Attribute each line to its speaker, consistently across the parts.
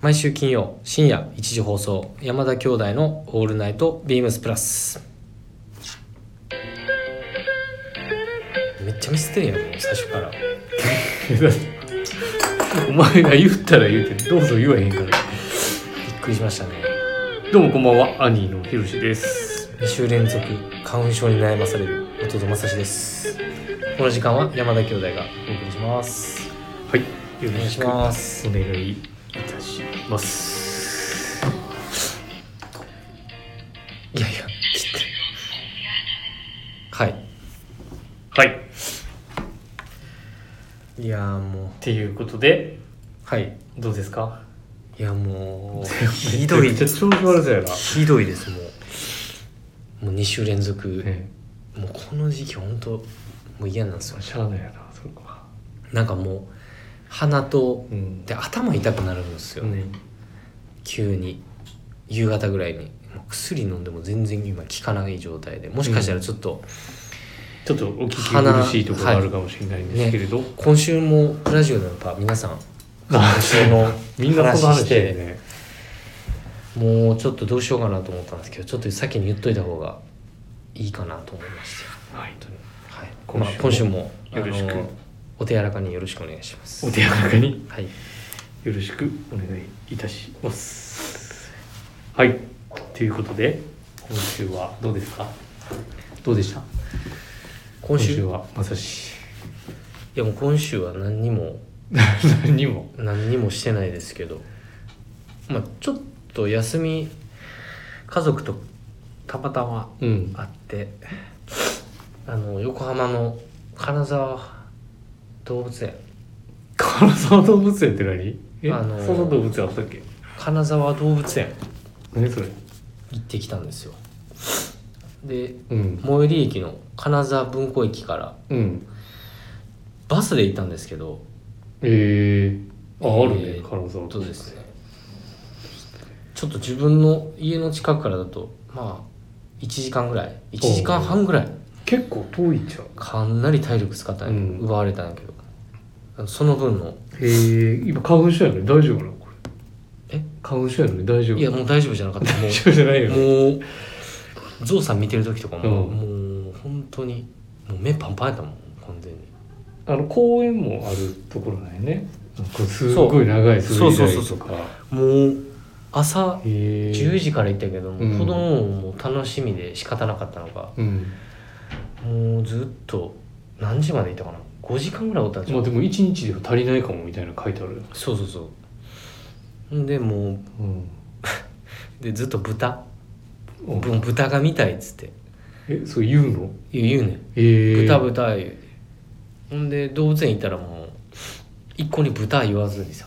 Speaker 1: 毎週金曜深夜1時放送山田兄弟の「オールナイトビームスプラス」めっちゃミスってんやんもう最初から
Speaker 2: お前が言ったら言うてどうぞ言わへんから
Speaker 1: びっくりしましたね
Speaker 2: どうもこんばんはアニーのひろしです
Speaker 1: 2週連続花粉症に悩まされる弟まさしですこの時間は山田兄弟がお送りします
Speaker 2: はいよ
Speaker 1: お願
Speaker 2: ろ
Speaker 1: い
Speaker 2: し
Speaker 1: し
Speaker 2: くお
Speaker 1: ます
Speaker 2: 願いいたします
Speaker 1: いやいや切ってはい
Speaker 2: はいっ
Speaker 1: いやーもう
Speaker 2: ていうことで
Speaker 1: はい
Speaker 2: どうですか
Speaker 1: いやもうひど い
Speaker 2: めっちゃ調子悪そうやな、
Speaker 1: ひどいですもうもう2週連続、
Speaker 2: ね、
Speaker 1: もうこの時期ほんともう嫌なんですよ
Speaker 2: しゃあないやなそこは
Speaker 1: なんかもう鼻と
Speaker 2: うん
Speaker 1: で頭痛くなるんですよね、
Speaker 2: ね
Speaker 1: 急に夕方ぐらいにもう薬飲んでも全然今効かない状態でもしかしたらちょっと、
Speaker 2: ちょっとお聞き苦しいところがあるかもしれないんですけれど、
Speaker 1: 今週もプラジオでやっぱ皆さん今週の
Speaker 2: みんなこの話してね
Speaker 1: もうちょっとどうしようかなと思ったんですけどちょっと先に言っといた方がいいかなと思いまして
Speaker 2: はいと
Speaker 1: はい
Speaker 2: 今
Speaker 1: まあ
Speaker 2: 週も
Speaker 1: 今週も
Speaker 2: よろしく
Speaker 1: あのお手柔らかによろしくお願いします
Speaker 2: お手柔らかに
Speaker 1: はい
Speaker 2: よろしくお願いいたしますはいということで今週はどうですかどうでした
Speaker 1: 今週
Speaker 2: はまさし
Speaker 1: いやもう今週は何にも
Speaker 2: 何にも
Speaker 1: 何にもしてないですけどまあちょっと休み家族とたまたま
Speaker 2: うん
Speaker 1: 会ってあの横浜の金沢動物園
Speaker 2: 金沢動物園って何え、
Speaker 1: あのー
Speaker 2: その動物園あったっけ
Speaker 1: 金沢動物園
Speaker 2: 何それ
Speaker 1: 行ってきたんですよで
Speaker 2: うん
Speaker 1: 最寄り駅の金沢文庫駅から
Speaker 2: うん
Speaker 1: バスで行ったんですけど
Speaker 2: えー、ああるね、
Speaker 1: えー
Speaker 2: 金沢
Speaker 1: そうですねちょっと自分の家の近くからだとまあ1時間ぐらい1時間半ぐらい
Speaker 2: 結構遠いんちゃう
Speaker 1: かなり体力使ったんやけど、
Speaker 2: うん
Speaker 1: 奪われたんやけどあのその分の
Speaker 2: えー、今花粉症やのに大丈夫なのこれ
Speaker 1: え
Speaker 2: 花粉症やのに大丈夫
Speaker 1: いやもう大丈夫じゃなかったも
Speaker 2: 大丈夫じゃないう よね
Speaker 1: もうゾウさん見てる時とかも、
Speaker 2: うん
Speaker 1: もう本当にもう目パンパンやったもん完全に
Speaker 2: あの公園もあるところだよねなんかすっごい長い
Speaker 1: そ
Speaker 2: 滑
Speaker 1: う
Speaker 2: り
Speaker 1: そう
Speaker 2: 台
Speaker 1: そうそ
Speaker 2: と
Speaker 1: う
Speaker 2: か
Speaker 1: もう朝
Speaker 2: へえ
Speaker 1: 10時から行ったけども、
Speaker 2: うん
Speaker 1: 子供ももう楽しみで仕方なかったのか
Speaker 2: うん
Speaker 1: もうずっと何時までいたかな5時間ぐらいおったんちゃ
Speaker 2: まあ
Speaker 1: う
Speaker 2: でも一日では足りないかもみたいな書いてあるよ
Speaker 1: そうそうそうんでも
Speaker 2: うん
Speaker 1: うでずっと豚
Speaker 2: あ
Speaker 1: もう豚が見たいっつって
Speaker 2: えそう言うの
Speaker 1: 言う言うねん
Speaker 2: ええ
Speaker 1: 豚豚言うてほんで動物園行ったらもう一個に豚言わずにさ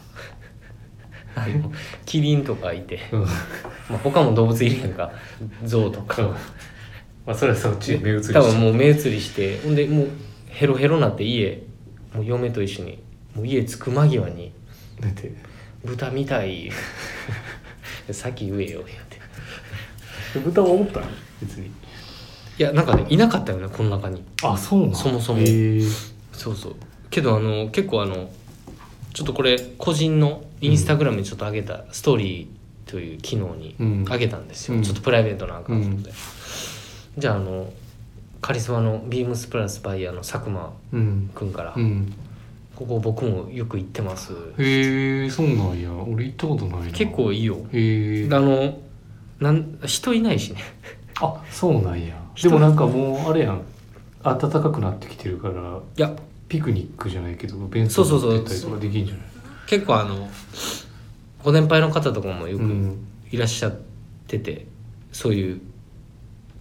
Speaker 1: あのキリンとかいて、
Speaker 2: うん
Speaker 1: まあ、他も動物いるやんか象と
Speaker 2: うん
Speaker 1: か
Speaker 2: まあそれはそっちに目移りし
Speaker 1: 多分もう目移りしてほんでもうヘロヘロなって家もう嫁と一緒にもう家着く間際に
Speaker 2: だって
Speaker 1: 豚みたい先言えよ言うて
Speaker 2: 豚はおったの別に
Speaker 1: いやなんかねいなかったよねこの中に
Speaker 2: あそうなの
Speaker 1: そもそも
Speaker 2: ええ
Speaker 1: そうそうけどあの結構あのちょっとこれ個人のインスタグラムにちょっと上げた、ストーリーという機能に
Speaker 2: うん
Speaker 1: 上げたんですよ、
Speaker 2: うん
Speaker 1: ちょっとプライベートなアカウントで、じゃああのカリスマのビームスプラスバイヤーの佐久間
Speaker 2: うん
Speaker 1: くんから、
Speaker 2: うん
Speaker 1: ここ僕もよく行ってます
Speaker 2: へえそうなんや俺行ったことないな
Speaker 1: 結構いいよ、
Speaker 2: へえ
Speaker 1: あのなん人いないしね
Speaker 2: あそうなんやでもなんかもうあれやん暖かくなってきてるから
Speaker 1: いや
Speaker 2: ピクニックじゃないけど弁
Speaker 1: そ
Speaker 2: 当
Speaker 1: うそうそう
Speaker 2: 持ってったりとかできんじゃない
Speaker 1: 結構あのご年配の方とかもよ
Speaker 2: う
Speaker 1: く
Speaker 2: ん
Speaker 1: いらっしゃっててそういう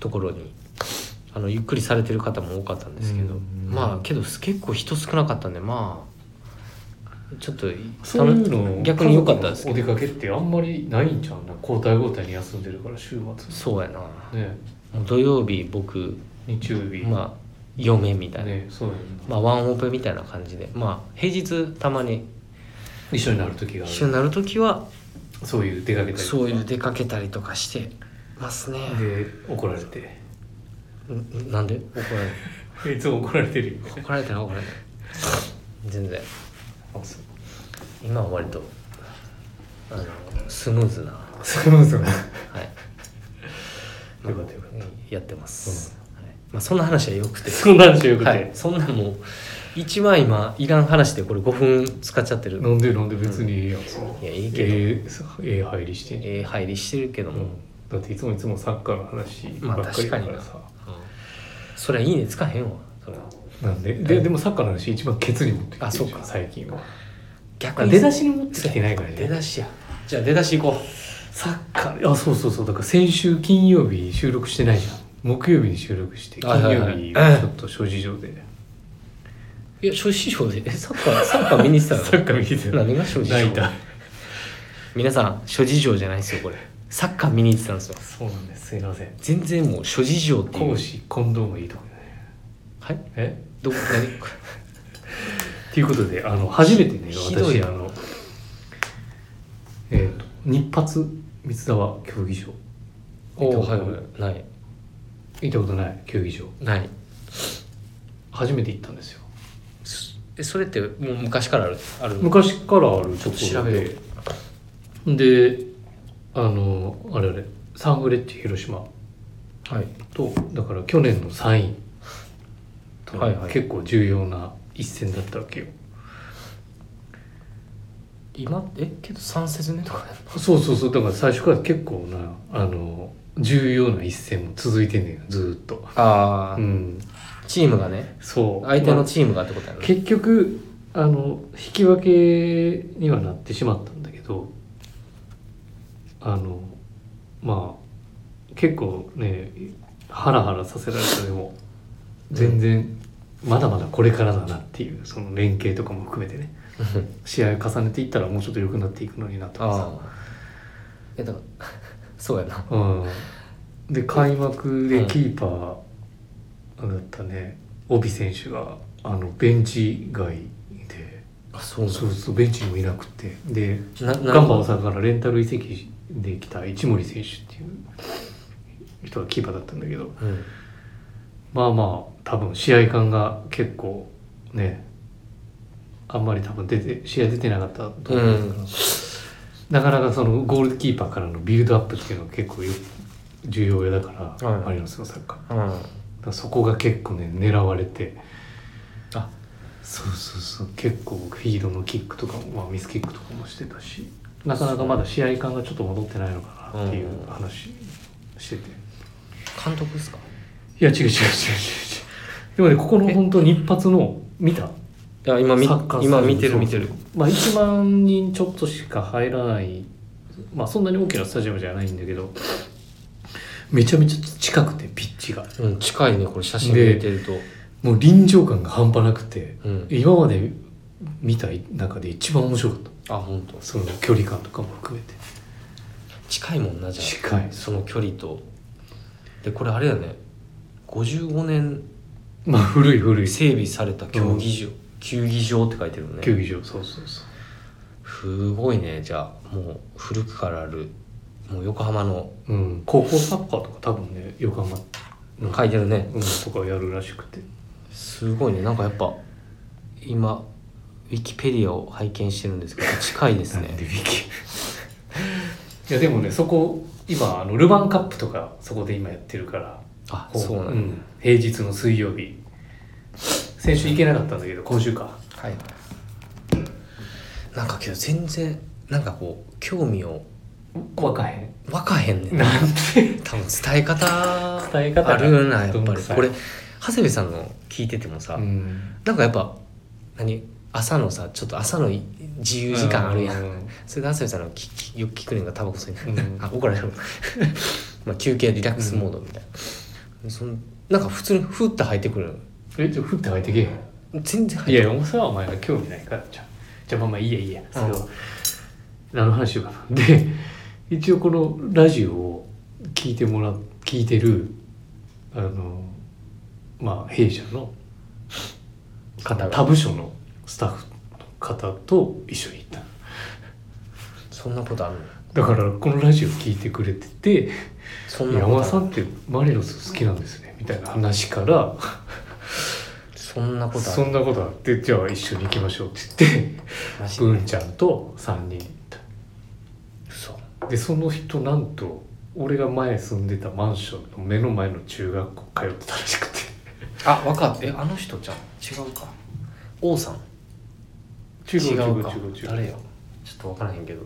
Speaker 1: ところにあのゆっくりされてる方も多かったんですけど、
Speaker 2: うん
Speaker 1: まあけど結構人少なかったんでまあちょっとい
Speaker 2: そういうの
Speaker 1: 逆に良かったですけど
Speaker 2: 家族のお出かけってあんまりないんちゃうな交代交代に休んでるから週
Speaker 1: そうやな
Speaker 2: 末ね
Speaker 1: もう土曜日僕
Speaker 2: 日曜日
Speaker 1: まあ嫁みたいな、
Speaker 2: ねそうやんな
Speaker 1: まあ、ワンオペみたいな感じでまあ平日たまに
Speaker 2: 一緒になる時があ
Speaker 1: 一緒に
Speaker 2: る
Speaker 1: なる時は
Speaker 2: そういう出かけたり
Speaker 1: そういう出かけたりとかしてますね
Speaker 2: で怒られて
Speaker 1: んなんで怒られる
Speaker 2: いつも怒られてるよね
Speaker 1: 怒られてない怒られてない全然
Speaker 2: あそう
Speaker 1: 今は割とあのスムーズな、は
Speaker 3: スムーズな
Speaker 1: い、
Speaker 2: よかったよかった
Speaker 1: やってます、はいまあ、そんな話はよくて
Speaker 2: そんなんしよくて、
Speaker 1: はい、そんなんもう一番今いらん話でこれ5分使っちゃってる
Speaker 2: なんでなんで別にええやん
Speaker 1: いやいいけどえ
Speaker 2: えええ入りしてんじゃん
Speaker 1: え入りしてるけども、
Speaker 2: だっていつもいつもサッカーの話
Speaker 1: まあ
Speaker 2: ばっかりだからさ、
Speaker 1: そりゃいいねつかへんわそれは
Speaker 2: なんでででもサッカーの話一番ケツに持ってきてるじゃん
Speaker 1: あそうか
Speaker 2: 最近は
Speaker 1: 逆
Speaker 2: 出だしに持ってきてないから
Speaker 1: 出
Speaker 2: ね
Speaker 1: だしやじゃあ出だし行こ
Speaker 2: サッカーあそうそうそうだから先週金曜日収録してないじゃん木曜日に収録して
Speaker 1: はいは
Speaker 2: 金
Speaker 1: い
Speaker 2: 曜
Speaker 1: はい
Speaker 2: 日はちょっと諸事情で、
Speaker 1: ういや諸事情でえサッカーサッカー見に行ってたの
Speaker 2: サッカー見てた
Speaker 1: 何が諸事情
Speaker 2: 泣いた
Speaker 1: 皆さん諸事情じゃないですよこれサッカー見に行ってたんですよ
Speaker 2: そうなんですすいません
Speaker 1: 全然もう諸事情っていう
Speaker 2: 講師近藤もいいとこだね
Speaker 1: はい
Speaker 2: え
Speaker 1: どこ何
Speaker 2: ということであの初めてね
Speaker 1: ひどい
Speaker 2: 私あのえっ、と日発三沢競技場
Speaker 1: お
Speaker 2: 行ったこと
Speaker 1: は
Speaker 2: あ
Speaker 1: い
Speaker 2: る
Speaker 1: はいない
Speaker 2: 行ったことない競技場
Speaker 1: ない
Speaker 2: 初めて行ったんですよ
Speaker 1: えそれってもう昔からあるある
Speaker 2: 昔からあるとこ
Speaker 1: ちょっと調
Speaker 2: ろ
Speaker 1: べよ
Speaker 2: でであのあれあれサンフレッチェ広島
Speaker 1: はい
Speaker 2: とだから去年の3位と
Speaker 1: はいはい
Speaker 2: 結構重要な一戦だったわけよ
Speaker 1: 今えけど三節目とかやんの
Speaker 2: そうそうそうだから最初から結構なあの重要な一戦も続いてんねんよずーっと
Speaker 1: ああ、
Speaker 2: うん
Speaker 1: チームがね
Speaker 2: そう
Speaker 1: 相手
Speaker 2: ま
Speaker 1: の
Speaker 2: あ
Speaker 1: チームがってことやね、
Speaker 2: 結局あの引き分けにはなってしまったんだけどあのまあ結構ねハラハラさせられたでも全然まだまだこれからだなっていうその連携とかも含めてね試合を重ねていったらもうちょっと良くなっていくのになとかさ
Speaker 1: ああえだから そうやな
Speaker 2: うん、で開幕でキーパーだったね、帯選手があのベンチ外で。
Speaker 1: あそう
Speaker 2: そうそうベンチにもいなくてで
Speaker 1: なな
Speaker 2: ガンバ大阪からレンタル移籍できた一森選手っていう人がキーパーだったんだけど
Speaker 1: うん
Speaker 2: まあまあ多分試合感が結構ねあんまり多分出て試合出てなかったと思うんだけど、なかなかそのゴールキーパーからのビルドアップっていうのが結構よ重要だから、
Speaker 1: はい
Speaker 2: マリノスのサッカーだ
Speaker 1: うん
Speaker 2: からそこが結構ね狙われて
Speaker 1: あ
Speaker 2: そうそうそう結構フィードのキックとかも、まあ、ミスキックとかもしてたしなかなかまだ試合感がちょっと戻ってないのかなっていう話してて、い
Speaker 1: 監督ですか
Speaker 2: や違う違う違う違う違うでもねここの本当日発の見た
Speaker 1: いや今み
Speaker 2: サッカー
Speaker 1: 今見てる
Speaker 2: そう
Speaker 1: 見てる
Speaker 2: まあ1万人ちょっとしか入らないまあそんなに大きなスタジアムじゃないんだけどめちゃめちゃ近くてピッチが
Speaker 1: うん近いねこれ写真
Speaker 2: で
Speaker 1: 見てると
Speaker 2: もう臨場感が半端なくて
Speaker 1: うん
Speaker 2: 今まで見た中で一番面白かった
Speaker 1: あ本当
Speaker 2: その距離感とかも含めて
Speaker 1: 近いもんなじゃあ
Speaker 2: 近い
Speaker 1: その距離とでこれあれだね55年
Speaker 2: まあ古い古い
Speaker 1: 整備された競技場、球技場って書いてるね
Speaker 2: 球技場そうそうそう
Speaker 1: すごいねじゃあもう古くからあるもう横浜の
Speaker 2: うん、高校サッカーとか多分ね横浜の
Speaker 1: 書いてるね
Speaker 2: うん、とかやるらしくて
Speaker 1: すごいねなんかやっぱ今ウィキペディアを拝見してるんですけど近いです
Speaker 2: なんで
Speaker 1: ね
Speaker 2: ウィキいやでもねそこ今あのルヴァンカップとかそこで今やってるから
Speaker 1: あ
Speaker 2: こ
Speaker 1: そうなんだ、
Speaker 2: ん平日の水曜日先週行けなかったんだけど今週か
Speaker 1: はいなんかけど全然なんかこう興味を
Speaker 2: 分かへん
Speaker 1: 湧かへんねん
Speaker 2: な
Speaker 1: なん
Speaker 2: て
Speaker 1: 多分伝え方
Speaker 2: 伝え方が
Speaker 1: あるよなやっ
Speaker 2: ど
Speaker 1: ぱ
Speaker 2: んく
Speaker 1: り
Speaker 2: さい
Speaker 1: これ長谷部さんの聞いててもさ、
Speaker 2: ん
Speaker 1: なんかやっぱ何朝のさちょっと朝のい自由時間あるやん、
Speaker 2: う
Speaker 1: それで長谷部さんのききよく聞くねんがタバコ吸いながら、
Speaker 2: うん
Speaker 1: あ怒られるまあ休憩リラックスモードみたいな、そんなんか普通にふって入ってくる
Speaker 2: えじゃあ降って入ってけへん
Speaker 1: の全然入って
Speaker 2: いや、お前はお前が興味ないからじゃんじゃあまあまあいいやいいや、それは。何の話しようかな。 で、一応このラジオを聞いてもらう、聞いてる、あの、まあ弊社の方、他部署のスタッフの方と一緒に行った。
Speaker 1: そんなことあるの
Speaker 2: だからこのラジオ聞いてくれてて、
Speaker 1: そんなこと
Speaker 2: 山
Speaker 1: あ
Speaker 2: 田
Speaker 1: る
Speaker 2: さんってマリノス好きなんですね、みたいな話から、
Speaker 1: そんなことあ
Speaker 2: そ
Speaker 1: る
Speaker 2: んなことあって、じゃあ一緒に行きましょうって言って、
Speaker 1: マジで
Speaker 2: 文ちゃんと3人いたでその人なんと俺が前住んでたマンションの目の前の中学校通ってたらしくて
Speaker 1: あ分かったえあの人じゃん違うか王さん
Speaker 2: 中
Speaker 1: 違
Speaker 2: 学
Speaker 1: うか
Speaker 2: 中学中学
Speaker 1: 誰よちょっと分からへんけど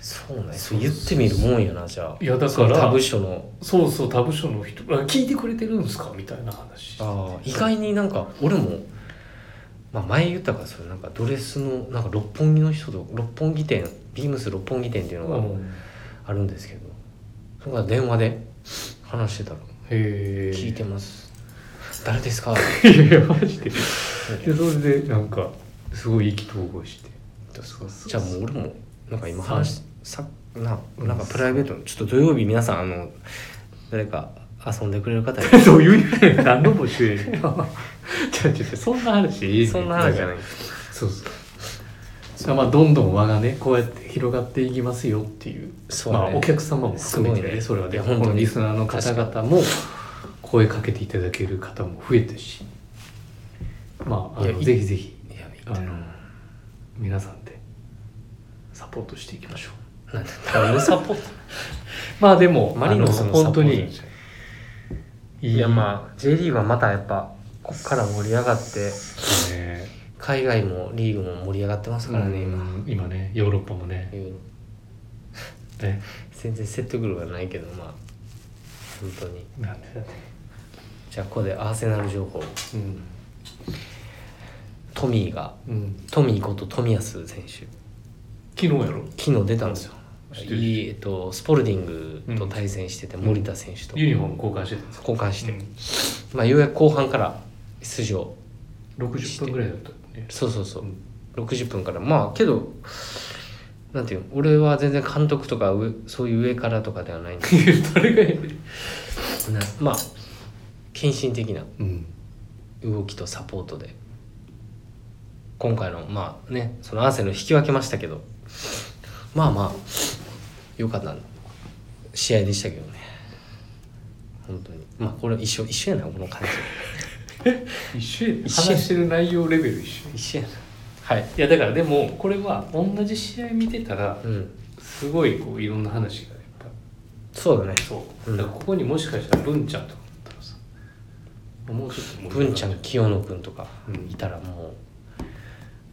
Speaker 1: そうなんやそう言ってみるもんやなじゃあ
Speaker 2: いやだ
Speaker 1: そ
Speaker 2: か
Speaker 1: の他
Speaker 2: ら
Speaker 1: 部署の
Speaker 2: そうそう他部署の人あ聞いてくれてるんですかみたいな話
Speaker 1: ああ意外になんか俺も、まあ、前言ったからそれなんかドレスのなんか六本木の人と六本木店ビームス六本木店っていうの
Speaker 2: う
Speaker 1: が
Speaker 2: ん
Speaker 1: あるんですけど、それが電話で話してたら「
Speaker 2: へえ
Speaker 1: 聞いてます誰です か?」
Speaker 2: いやマジででそれでなんかすごい意気投合して
Speaker 1: じゃあもう俺もなんか今話しさななんかプライベートのちょっと土曜日皆さんあの誰か遊んでくれる方いる
Speaker 2: そういう意味で何の募集やねん ちょちょちょそんな話いいね
Speaker 1: そんな話じゃない
Speaker 2: そうそうそうまあどんどん輪がねこうやって広がっていきますよっていう
Speaker 1: そうね
Speaker 2: まあ、お客様も含めて
Speaker 1: すご
Speaker 2: ね
Speaker 1: いね
Speaker 2: それはね
Speaker 1: いや
Speaker 2: こ
Speaker 1: 本当に
Speaker 2: のリスナーの方々も声かけていただける方も増えたしまああ
Speaker 1: いや
Speaker 2: の
Speaker 1: い
Speaker 2: ぜひぜひ
Speaker 1: いやいい
Speaker 2: あの皆さんでサポートしていきましょう
Speaker 1: なんだ何のサポート
Speaker 2: まあでも
Speaker 1: マリノス
Speaker 2: あ
Speaker 1: の
Speaker 2: 本当
Speaker 1: サポー
Speaker 2: に
Speaker 1: トじゃないいやまあ J リーグはまたやっぱこっから盛り上がって
Speaker 2: あね
Speaker 1: 海外もリーグも盛り上がってますからね、今
Speaker 2: うん今ねヨーロッパもね
Speaker 1: いう
Speaker 2: ね
Speaker 1: 全然説得力がないけどまあ本当に
Speaker 2: なんでだね
Speaker 1: じゃあここでアーセナル情報
Speaker 2: うん
Speaker 1: トミーが
Speaker 2: うん
Speaker 1: トミーこと冨安選手
Speaker 2: 昨日やろ
Speaker 1: 昨日出たんですよ
Speaker 2: 知ってる
Speaker 1: いいえっと、スポルディングと対戦してて、
Speaker 2: ん
Speaker 1: 森田選手と
Speaker 2: ユニフォーム交換してたんです
Speaker 1: 交換して、
Speaker 2: うん
Speaker 1: まあ、ようやく後半から出場
Speaker 2: 60分ぐらいだったよね
Speaker 1: そうそうそうう、
Speaker 2: ん
Speaker 1: 60分からまあけどなんていうの俺は全然監督とか上そういう上からとかではないんで
Speaker 2: 誰がやねん
Speaker 1: なまあ献身的な
Speaker 2: うん
Speaker 1: 動きとサポートで今回のまあねそのアーセナル引き分けましたけどまあまあ良かった試合でしたけどね本当にまあこれ一緒一緒やなこの感
Speaker 2: 一緒やね
Speaker 1: 一緒や
Speaker 2: 話してる内容レベル一緒やね
Speaker 1: じ 一緒やなはい
Speaker 2: いやだからでもこれは同じ試合見てたら
Speaker 1: うん
Speaker 2: すごいこういろんな話がやっ
Speaker 1: そうだね
Speaker 2: ぱそううんだからここにもしかしたら文ちゃんとかだったらさもうちょっと盛り上がる
Speaker 1: 文ちゃん清野君とか
Speaker 2: うん
Speaker 1: いたらも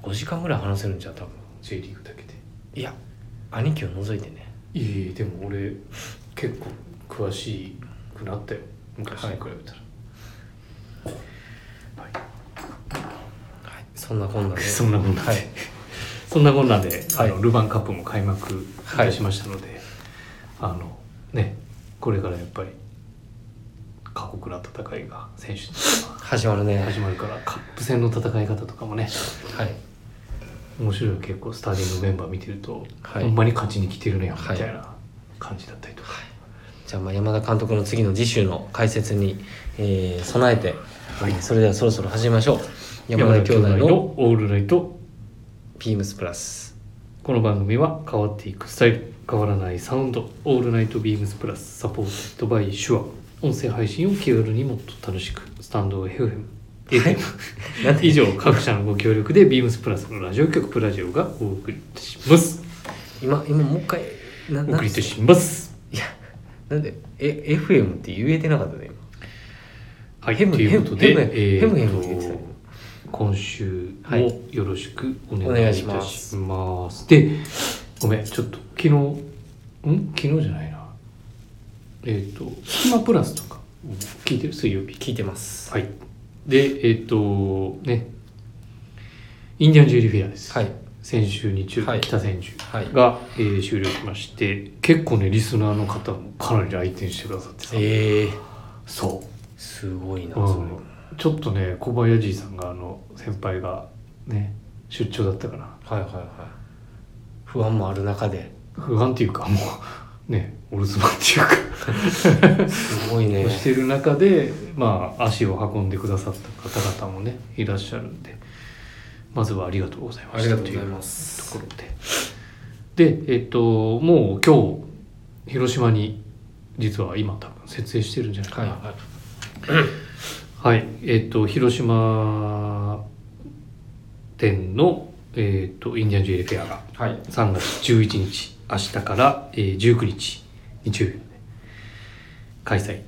Speaker 1: う5時間ぐらい話せるんじゃう多分
Speaker 2: J リーグだけで
Speaker 1: いや兄貴を除いてね
Speaker 2: いえいえでも俺結構詳しくなったよ昔に比べたら、はい
Speaker 1: はいそんなこんなで
Speaker 2: そんなこんなで、
Speaker 1: はい
Speaker 2: そんなこんなで、
Speaker 1: はい
Speaker 2: あのルヴァンカップも開幕いたしましたので、あのねこれからやっぱり過酷な戦いが選手たちは
Speaker 1: 始まるね
Speaker 2: 始まるからカップ戦の戦い方とかもね
Speaker 1: はい
Speaker 2: 面白いよ結構スターティングメンバー見てると、
Speaker 1: はい
Speaker 2: ほんまに勝ちに来てるねみ
Speaker 1: は
Speaker 2: た
Speaker 1: い
Speaker 2: いな感じだったりとか、
Speaker 1: じゃあまあ山田監督の次の次週の解説に、えー備えて、
Speaker 2: はい
Speaker 1: それではそろそろ始めましょう山田兄弟
Speaker 2: 山田
Speaker 1: の
Speaker 2: オールナイト
Speaker 1: 「ビームスプラス
Speaker 2: この番組は変わっていくスタイル変わらないサウンドオールナイトビームスプラスサポートバイシュア音声配信を気軽にもっと楽しくスタンド FM
Speaker 1: いなんて
Speaker 2: 以上各社のご協力でビームスプラスのラジオ局プラジオがお送りいたします」
Speaker 1: 今今もう一回な
Speaker 2: お
Speaker 1: な
Speaker 2: 送りいたします
Speaker 1: いやなんでえ FM って言えてなかったね
Speaker 2: はい、と
Speaker 1: ヘム
Speaker 2: いうことで
Speaker 1: ヘムヘム
Speaker 2: え
Speaker 1: ヘムヘム
Speaker 2: ー
Speaker 1: って言ってた
Speaker 2: と今週
Speaker 1: はい
Speaker 2: もよろしくお
Speaker 1: お
Speaker 2: 願
Speaker 1: 願い
Speaker 2: いい
Speaker 1: したます
Speaker 2: します。で、ごめん、ちょっと昨日、ん昨日じゃないな。えっ、と、スマプラスとか聞いてる水曜日。
Speaker 1: 聞いてます
Speaker 2: はい。で、えっ、と、ね、インディアンジュエリーフェアです。
Speaker 1: はい
Speaker 2: 先週日曜日、
Speaker 1: はい
Speaker 2: 北千住
Speaker 1: はい
Speaker 2: が、えー終了しまして、結構ね、リスナーの方もかなり来店してくださってさ、
Speaker 1: えー、
Speaker 2: そう。
Speaker 1: すごいな
Speaker 2: うん
Speaker 1: それは
Speaker 2: ちょっとね小林じいさんがあの先輩がね出張だったから
Speaker 1: はいはいはい不安もある中で
Speaker 2: 不安っていうかもうねお留守番っていうか
Speaker 1: すごいね
Speaker 2: をしてる中でまあ足を運んでくださった方々もねいらっしゃるんでまずはありがとうございました
Speaker 1: ありがとうございま
Speaker 2: と
Speaker 1: す
Speaker 2: ころででえっともう今日広島に実は今多分設営してるんじゃないか
Speaker 1: はい
Speaker 2: な、
Speaker 1: は
Speaker 2: はい、えっ、と広島店のえっ、とインディアンジュエリーフェアが
Speaker 1: いはい
Speaker 2: 3月11日明日から、えー19日日曜日まで開催に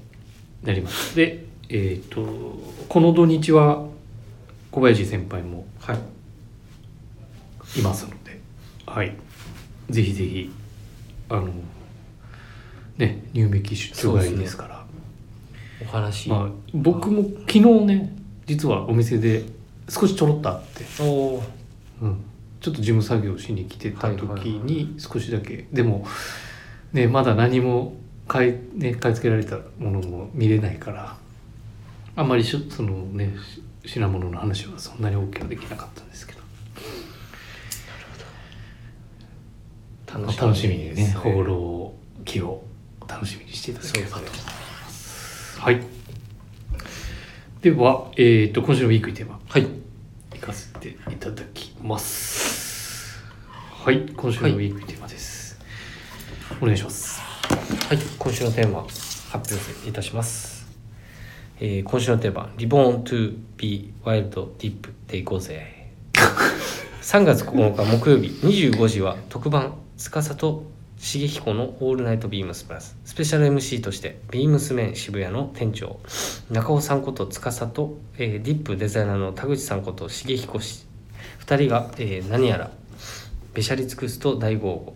Speaker 2: なりますで、えー、とこの土日は小林先輩も
Speaker 1: はい
Speaker 2: いますので、はい、ぜひぜひあのね入滅出張
Speaker 1: そうです
Speaker 2: 外
Speaker 1: ね
Speaker 2: ですから
Speaker 1: お話、
Speaker 2: まあ、僕も昨日ね実はお店で少しちょろっとあって、
Speaker 1: おお
Speaker 2: うん、ちょっと事務作業しに来てた時
Speaker 1: はいはい
Speaker 2: に少しだけ、でもねまだ何も買い,、ね、買い付けられたものも見れないからあんまりしょそのねし品物の話はそんなに大きくできなかったんですけど楽し楽しみにね放浪記を楽しみにしていただければと思います。はいでは、えー、と今週のウィークリーテーマ
Speaker 1: はい
Speaker 2: 行かせていただきますはい今週のウィークリーテーマです、お願いします
Speaker 1: はい、今週のテーマ発表いたします。えー、今週のテーマ「リボーン・トゥ・ビー・ワイルド・ディップでいこう ぜ」3月9日木曜日25時は特番「司と重彦のオールナイトビームスプラス」スペシャル MC としてビームスメン渋谷の店長中尾さんこと司と、えーディップデザイナーの田口さんこと重彦氏2人が、えー何やらべしゃり尽くすと大豪語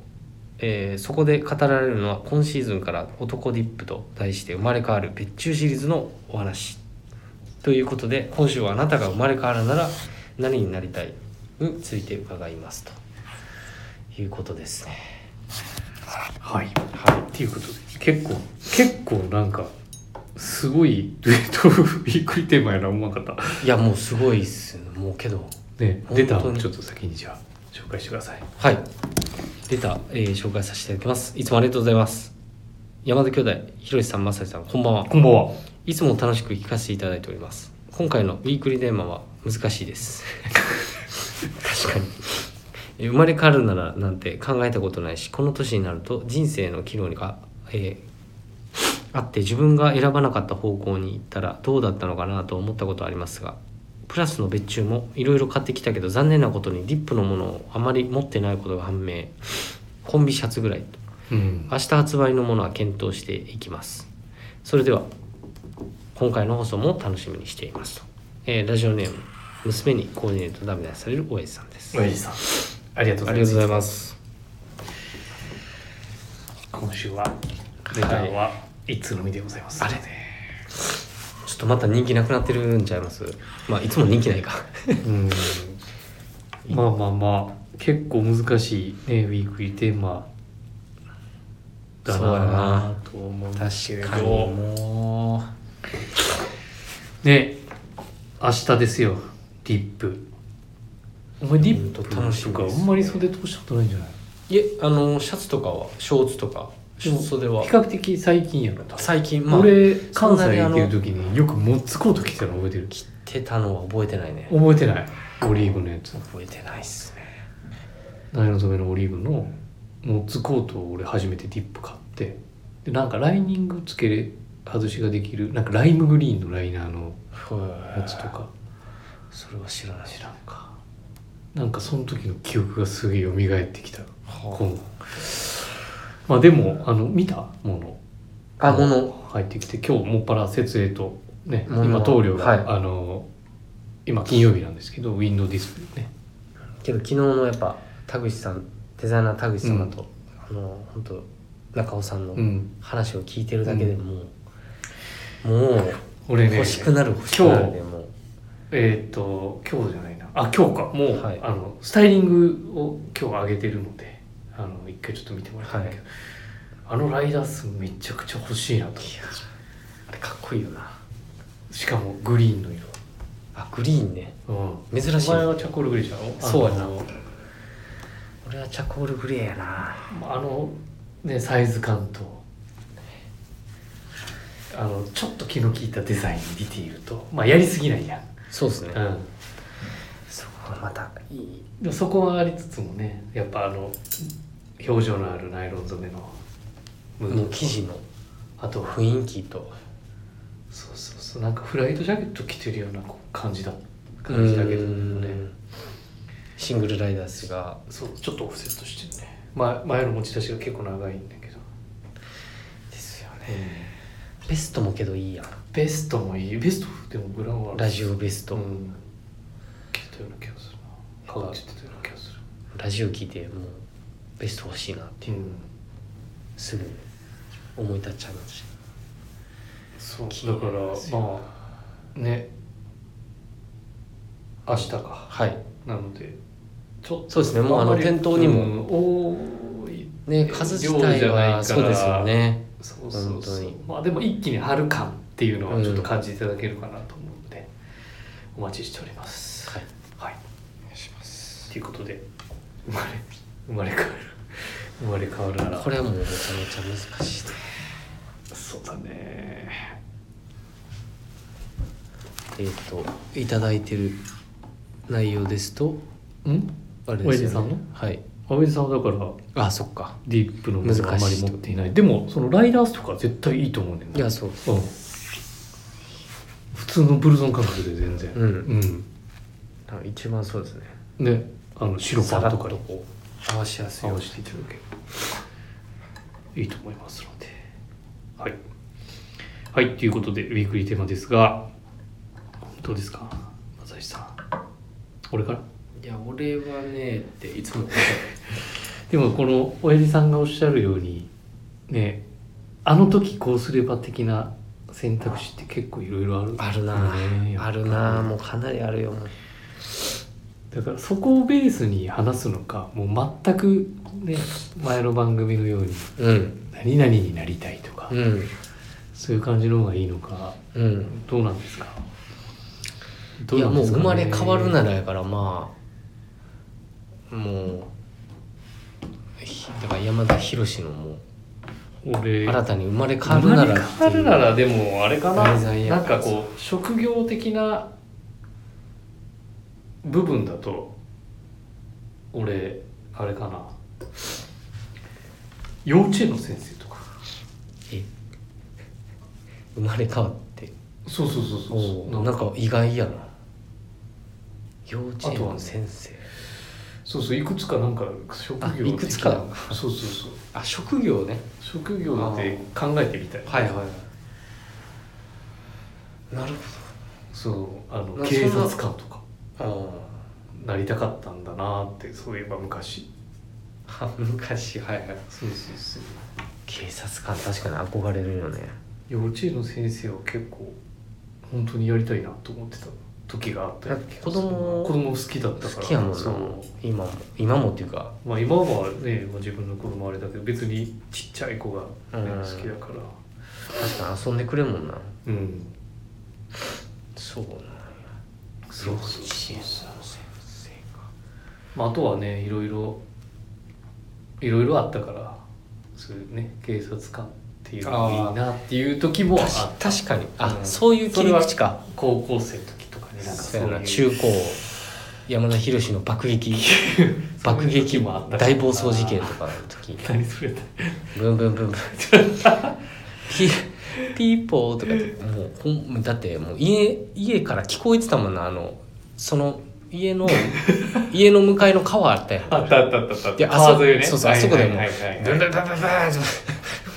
Speaker 1: えーそこで語られるのは今シーズンから「男ディップ」と題して生まれ変わる別注シリーズのお話ということで今週はあなたが生まれ変わるなら何になりたいについて伺いますということですね
Speaker 2: はい
Speaker 1: は
Speaker 2: っていうことで結構結構なんかすごいえっとウィークリーテーマやなうまかった
Speaker 1: いいやもうすごいっすもうけど
Speaker 2: ね出た
Speaker 1: 本当に
Speaker 2: ちょっと先にじゃあ紹介してください
Speaker 1: はい出た、えー紹介させていただきますいつもありがとうございます山田兄弟ひろしさんまさしさんこんばんは
Speaker 2: こんばんはい
Speaker 1: つも楽しく聞かせていただいております。今回のウィークリーテーマは難しいです。確かに。え生まれ変わるならなんて考えたことないし、この年になると人生の岐路が、えーあって自分が選ばなかった方向に行ったらどうだったのかなと思ったことはありますが、プラスの別注もいろいろ買ってきたけど残念なことにリップのものをあまり持ってないことが判明。コンビシャツぐらい。
Speaker 2: うん
Speaker 1: 明日発売のものは検討していきますそれでは今回の放送も楽しみにしていますと、えーラジオネーム娘にコーディネートダメ出しされるおやじさんです
Speaker 2: おやじさんありがとう
Speaker 1: あ
Speaker 2: ご
Speaker 1: り
Speaker 2: ざ
Speaker 1: がと
Speaker 2: いま
Speaker 1: う
Speaker 2: す
Speaker 1: ございます
Speaker 2: 今週は出たのは一通のみでございます
Speaker 1: あれちょっとまた人気なくなってるんちゃいますまあいつも人気ないか
Speaker 2: うんまあまあまあ結構難しいねウィークリーテーマだ
Speaker 1: そうや
Speaker 2: な
Speaker 1: な
Speaker 2: と思うんですけ
Speaker 1: 確かに
Speaker 2: れど
Speaker 1: も
Speaker 2: ね明日ですよリップお前リップ
Speaker 1: ほんと楽しみ
Speaker 2: とか
Speaker 1: で
Speaker 2: あ
Speaker 1: すね
Speaker 2: んまり袖通したことないんじゃないう
Speaker 1: いえあのシャツとかはショーツとかショーツ袖は
Speaker 2: 比較的最近やろ多分
Speaker 1: 最近まあ
Speaker 2: 俺
Speaker 1: そ
Speaker 2: 関
Speaker 1: んな
Speaker 2: 西
Speaker 1: にあ
Speaker 2: 行っ
Speaker 1: の
Speaker 2: てる時によくモッツコート着てたの覚えてる
Speaker 1: 切ってたのは覚えてないね
Speaker 2: 覚えてないオリーブのやつ
Speaker 1: 覚えてないっすね
Speaker 2: 苗の染めのオリーブのモッツコートを俺初めてディップ買ってでなんかライニングつけれ外しができるなんかライムグリーンのライナーのやつとか
Speaker 1: それは知らない
Speaker 2: 知らんかなんかその時の記憶がすげえ蘇ってきた
Speaker 1: は
Speaker 2: このまあでもあの見たもの
Speaker 1: ああもの
Speaker 2: 入ってきて今日もっぱら設営とね
Speaker 1: もの
Speaker 2: 今棟梁が、
Speaker 1: はい
Speaker 2: あの今金曜日なんですけどウィンドウディスプレイね
Speaker 1: けど昨日のやっぱ田口さんデザイナー田口様と、あの本当中尾さん
Speaker 2: う
Speaker 1: の
Speaker 2: ん
Speaker 1: 話を聞いてるだけでもう、もう
Speaker 2: 俺ね
Speaker 1: 欲しくなる欲しくなるねもう
Speaker 2: えーっ、と今日じゃないなあ今日かもう、
Speaker 1: はい
Speaker 2: あのスタイリングを今日上げてるのであの一回ちょっと見てもらいたいんだけど、あのライダースめちゃくちゃ欲しいなと思って
Speaker 1: あれかっこいいよな
Speaker 2: しかもグリーンの
Speaker 1: あグリーンね
Speaker 2: 色、
Speaker 1: 珍
Speaker 2: うん、
Speaker 1: しい
Speaker 2: お前はチャコールグリーンじゃんあの
Speaker 1: そうやな俺はチャコールグレーやな
Speaker 2: あのねサイズ感とあのちょっと気の利いたデザインディティールとまあやりすぎないやん、
Speaker 1: そうですね、
Speaker 2: うん
Speaker 1: そこがまたいい
Speaker 2: でもそこはありつつもねやっぱあの表情のあるナイロン染めのムー
Speaker 1: も
Speaker 2: ド
Speaker 1: う生地の
Speaker 2: あとふ
Speaker 1: 雰囲気と
Speaker 2: そうそうそうなんかフライドジャケット着てるようなこう感じだ感じだけど
Speaker 1: う
Speaker 2: ね
Speaker 1: んシングルライダースが
Speaker 2: そうちょっとオフセットしてるねま、前の持ち出しが結構長いんだけど、
Speaker 1: ですよねベストもけどいいやん
Speaker 2: ベストもいいベストでもブラウンは
Speaker 1: ラジオベスト、
Speaker 2: うん聞いたような気がするな変わってたような気がす
Speaker 1: ラジオ聞いてもうベスト欲しいなって
Speaker 2: る
Speaker 1: いうう、
Speaker 2: ん
Speaker 1: すぐ思い立っちゃいまし
Speaker 2: そう
Speaker 1: 気にな
Speaker 2: だから
Speaker 1: りますよ
Speaker 2: まあね明日
Speaker 1: た
Speaker 2: か
Speaker 1: はい
Speaker 2: なのでちょ
Speaker 1: そうですねもうあの
Speaker 2: んまり
Speaker 1: 店頭にも
Speaker 2: うん多い
Speaker 1: ね数自
Speaker 2: 量じ
Speaker 1: 体
Speaker 2: ゃないから
Speaker 1: はそうですよね
Speaker 2: そうそうそ
Speaker 1: 本当
Speaker 2: う
Speaker 1: に
Speaker 2: まあでも一気に春感っていうのはちょっと感じていただけるかなと思うので、お待ちしております
Speaker 1: はい
Speaker 2: はい
Speaker 1: お願いします
Speaker 2: ということで生まれ生まれ変わる生まれ変わるなら
Speaker 1: これはもうめちゃめちゃ難しいね
Speaker 2: そうだね
Speaker 1: えっ、といただいてる内容ですと
Speaker 2: うん
Speaker 1: あれです
Speaker 2: 親父さ
Speaker 1: よ
Speaker 2: ん
Speaker 1: ね
Speaker 2: の
Speaker 1: はい
Speaker 2: 阿部さんはだから
Speaker 1: あそっか
Speaker 2: ディープのものあ
Speaker 1: 難
Speaker 2: ま
Speaker 1: し
Speaker 2: り
Speaker 1: い
Speaker 2: 持っていないでもそのライダースとかは絶対いいと思うねんない
Speaker 1: やそう
Speaker 2: うん普通のブルゾン感覚で全然
Speaker 1: うん
Speaker 2: ん、
Speaker 1: 一番そうですね
Speaker 2: ねあの白パンとかにこう
Speaker 1: 合わしやすい
Speaker 2: 合
Speaker 1: よう
Speaker 2: わ
Speaker 1: に
Speaker 2: せていただければいいと思いますのではいはいということでウィークリーテーマですがどうですか松橋さん俺から
Speaker 1: いや俺はねっていつも
Speaker 2: でもこの親父さんがおっしゃるようにねあの時こうすれば的な選択肢って結構いろいろある
Speaker 1: あるな、
Speaker 2: ねやっぱ
Speaker 1: あるなもうかなりあるよもう
Speaker 2: だからそこをベースに話すのかもう全くね前の番組のように
Speaker 1: うん
Speaker 2: 何々になりたいとか、
Speaker 1: うん
Speaker 2: そういう感じの方がいいのか
Speaker 1: うん
Speaker 2: どうなんですか
Speaker 1: いやもう
Speaker 2: ど
Speaker 1: 生
Speaker 2: な
Speaker 1: ま
Speaker 2: んで
Speaker 1: れ
Speaker 2: すかね
Speaker 1: 変わるならやからまあもうひだから山田博のもう
Speaker 2: 俺
Speaker 1: 新たに生まれ変わ
Speaker 2: 生
Speaker 1: る
Speaker 2: ま
Speaker 1: な
Speaker 2: れ
Speaker 1: ら
Speaker 2: 変わるならでもあれかな
Speaker 1: 題材や
Speaker 2: なんかこう職業的な部分だと俺あれかな幼稚園の先生とか
Speaker 1: え生まれ変わって
Speaker 2: そうそうそうそう
Speaker 1: お
Speaker 2: そう
Speaker 1: ーなんか意外やな幼稚
Speaker 2: あと
Speaker 1: 園
Speaker 2: は
Speaker 1: の
Speaker 2: ね
Speaker 1: 先生
Speaker 2: そうそういくつかなんか職業的な
Speaker 1: あいくつか
Speaker 2: そうそうそう
Speaker 1: あ職業ね
Speaker 2: 職業で考えてみたい
Speaker 1: はいはいなる
Speaker 2: そうあの
Speaker 1: な
Speaker 2: 警察官とか
Speaker 1: ほど
Speaker 2: なりたかったんだなってそういえば昔
Speaker 1: ああ昔はいはい
Speaker 2: そうそうそう
Speaker 1: 警察官確かに憧れるよね
Speaker 2: 幼稚園の先生は結構本当にやりたいなと思ってた時があったような気がす
Speaker 1: 子
Speaker 2: る
Speaker 1: 供
Speaker 2: 子供好きだったか
Speaker 1: 好
Speaker 2: ら
Speaker 1: きやもんな
Speaker 2: そう
Speaker 1: 今も今もっていうか
Speaker 2: まあ今はね、まあ、自分の子供あれだけど別にちっちゃい子が、ね
Speaker 1: うん
Speaker 2: 好きだから
Speaker 1: 確かに遊んでくれるもんな
Speaker 2: うん
Speaker 1: そうなんや
Speaker 2: そうそう
Speaker 1: 幼稚園の先生か
Speaker 2: まあ、あとはねいろいろいろいろあったからそういうね警察官っていうのがいいなっていう時もあった
Speaker 1: 確かにあ、
Speaker 2: うん
Speaker 1: そういう切り口か
Speaker 2: 高校生の時とかになんか
Speaker 1: そ
Speaker 2: そうう
Speaker 1: やな
Speaker 2: いう
Speaker 1: 中高山田博の爆撃爆
Speaker 2: そういう
Speaker 1: 撃
Speaker 2: 時もあった
Speaker 1: 大暴走事件とかの時
Speaker 2: 何それだ
Speaker 1: ブンブンブンブンピピーポーとかってもうほんだってもう家家から聞こえてたもんなあのその家 の家の向かいの川あったやん
Speaker 2: あったあったあったあっ
Speaker 1: で
Speaker 2: た
Speaker 1: あそ
Speaker 2: 川沿いね
Speaker 1: そうそうあそこでもう
Speaker 2: はいはいはいはい
Speaker 1: ブンブンブンブンブンっ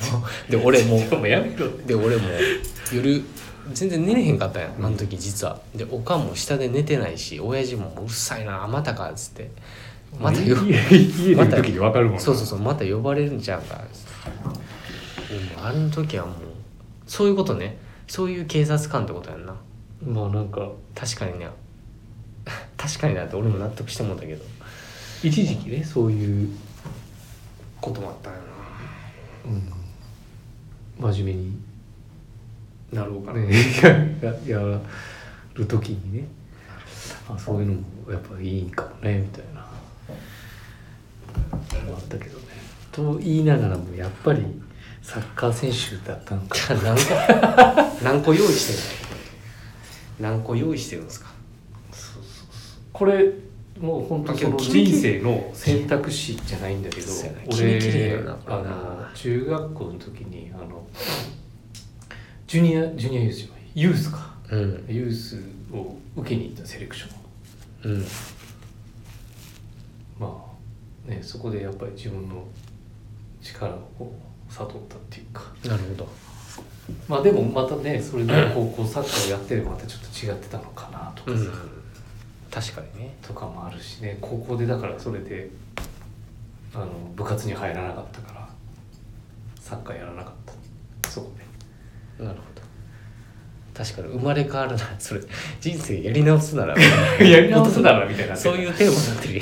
Speaker 1: てもうで俺もう
Speaker 2: でもやめろって
Speaker 1: で俺も夜全然寝れへんかったんやあの時実はでおかんも下で寝てないし親父も「もううるさいなあまたか」っつって「またよ
Speaker 2: 家家の時に分かるもんな
Speaker 1: そうそうそうまた呼ばれるんちゃうか」っつってでもあの時はもうそういうことねそういう警察官ってことやんな
Speaker 2: まあなんか
Speaker 1: 確かにね 確かになって俺も納得してもんだけど
Speaker 2: 一時期ねそういう、
Speaker 1: こともあったんや
Speaker 2: うん、真面目に
Speaker 1: ななろうかな、
Speaker 2: ね、やや やる時にねあそういうのもやっぱいいかもねみたいなあったけどねと言いながらもやっぱりサッカー選手だったのか
Speaker 1: 何個何個用意してるの何個用意してるんですか
Speaker 2: これもう本当そ
Speaker 1: ま
Speaker 2: の
Speaker 1: あけど君
Speaker 2: 人生の選択肢じゃないんだけど
Speaker 1: そうやな君綺麗
Speaker 2: 俺
Speaker 1: やなこれ
Speaker 2: あ
Speaker 1: な
Speaker 2: の中学校の時にあのジュニアジュニアユースじゃないユースか
Speaker 1: うん
Speaker 2: ユースを受けに行ったセレクション
Speaker 1: うん
Speaker 2: まあね、そこでやっぱり自分の力をこう悟ったっていうか
Speaker 1: なるほど
Speaker 2: まあでもまたねそれで高校サッカーやってればまたちょっと違ってたのかなと
Speaker 1: う
Speaker 2: かさ、
Speaker 1: ん確かにね
Speaker 2: とかもあるしね高校でだからそれであの部活に入らなかったからサッカーやらなかったそうね
Speaker 1: なるほど確かに生まれ変わるなそれ人生やり直す なら
Speaker 2: やり直す ならみたいな
Speaker 1: そういうテーマになってるよ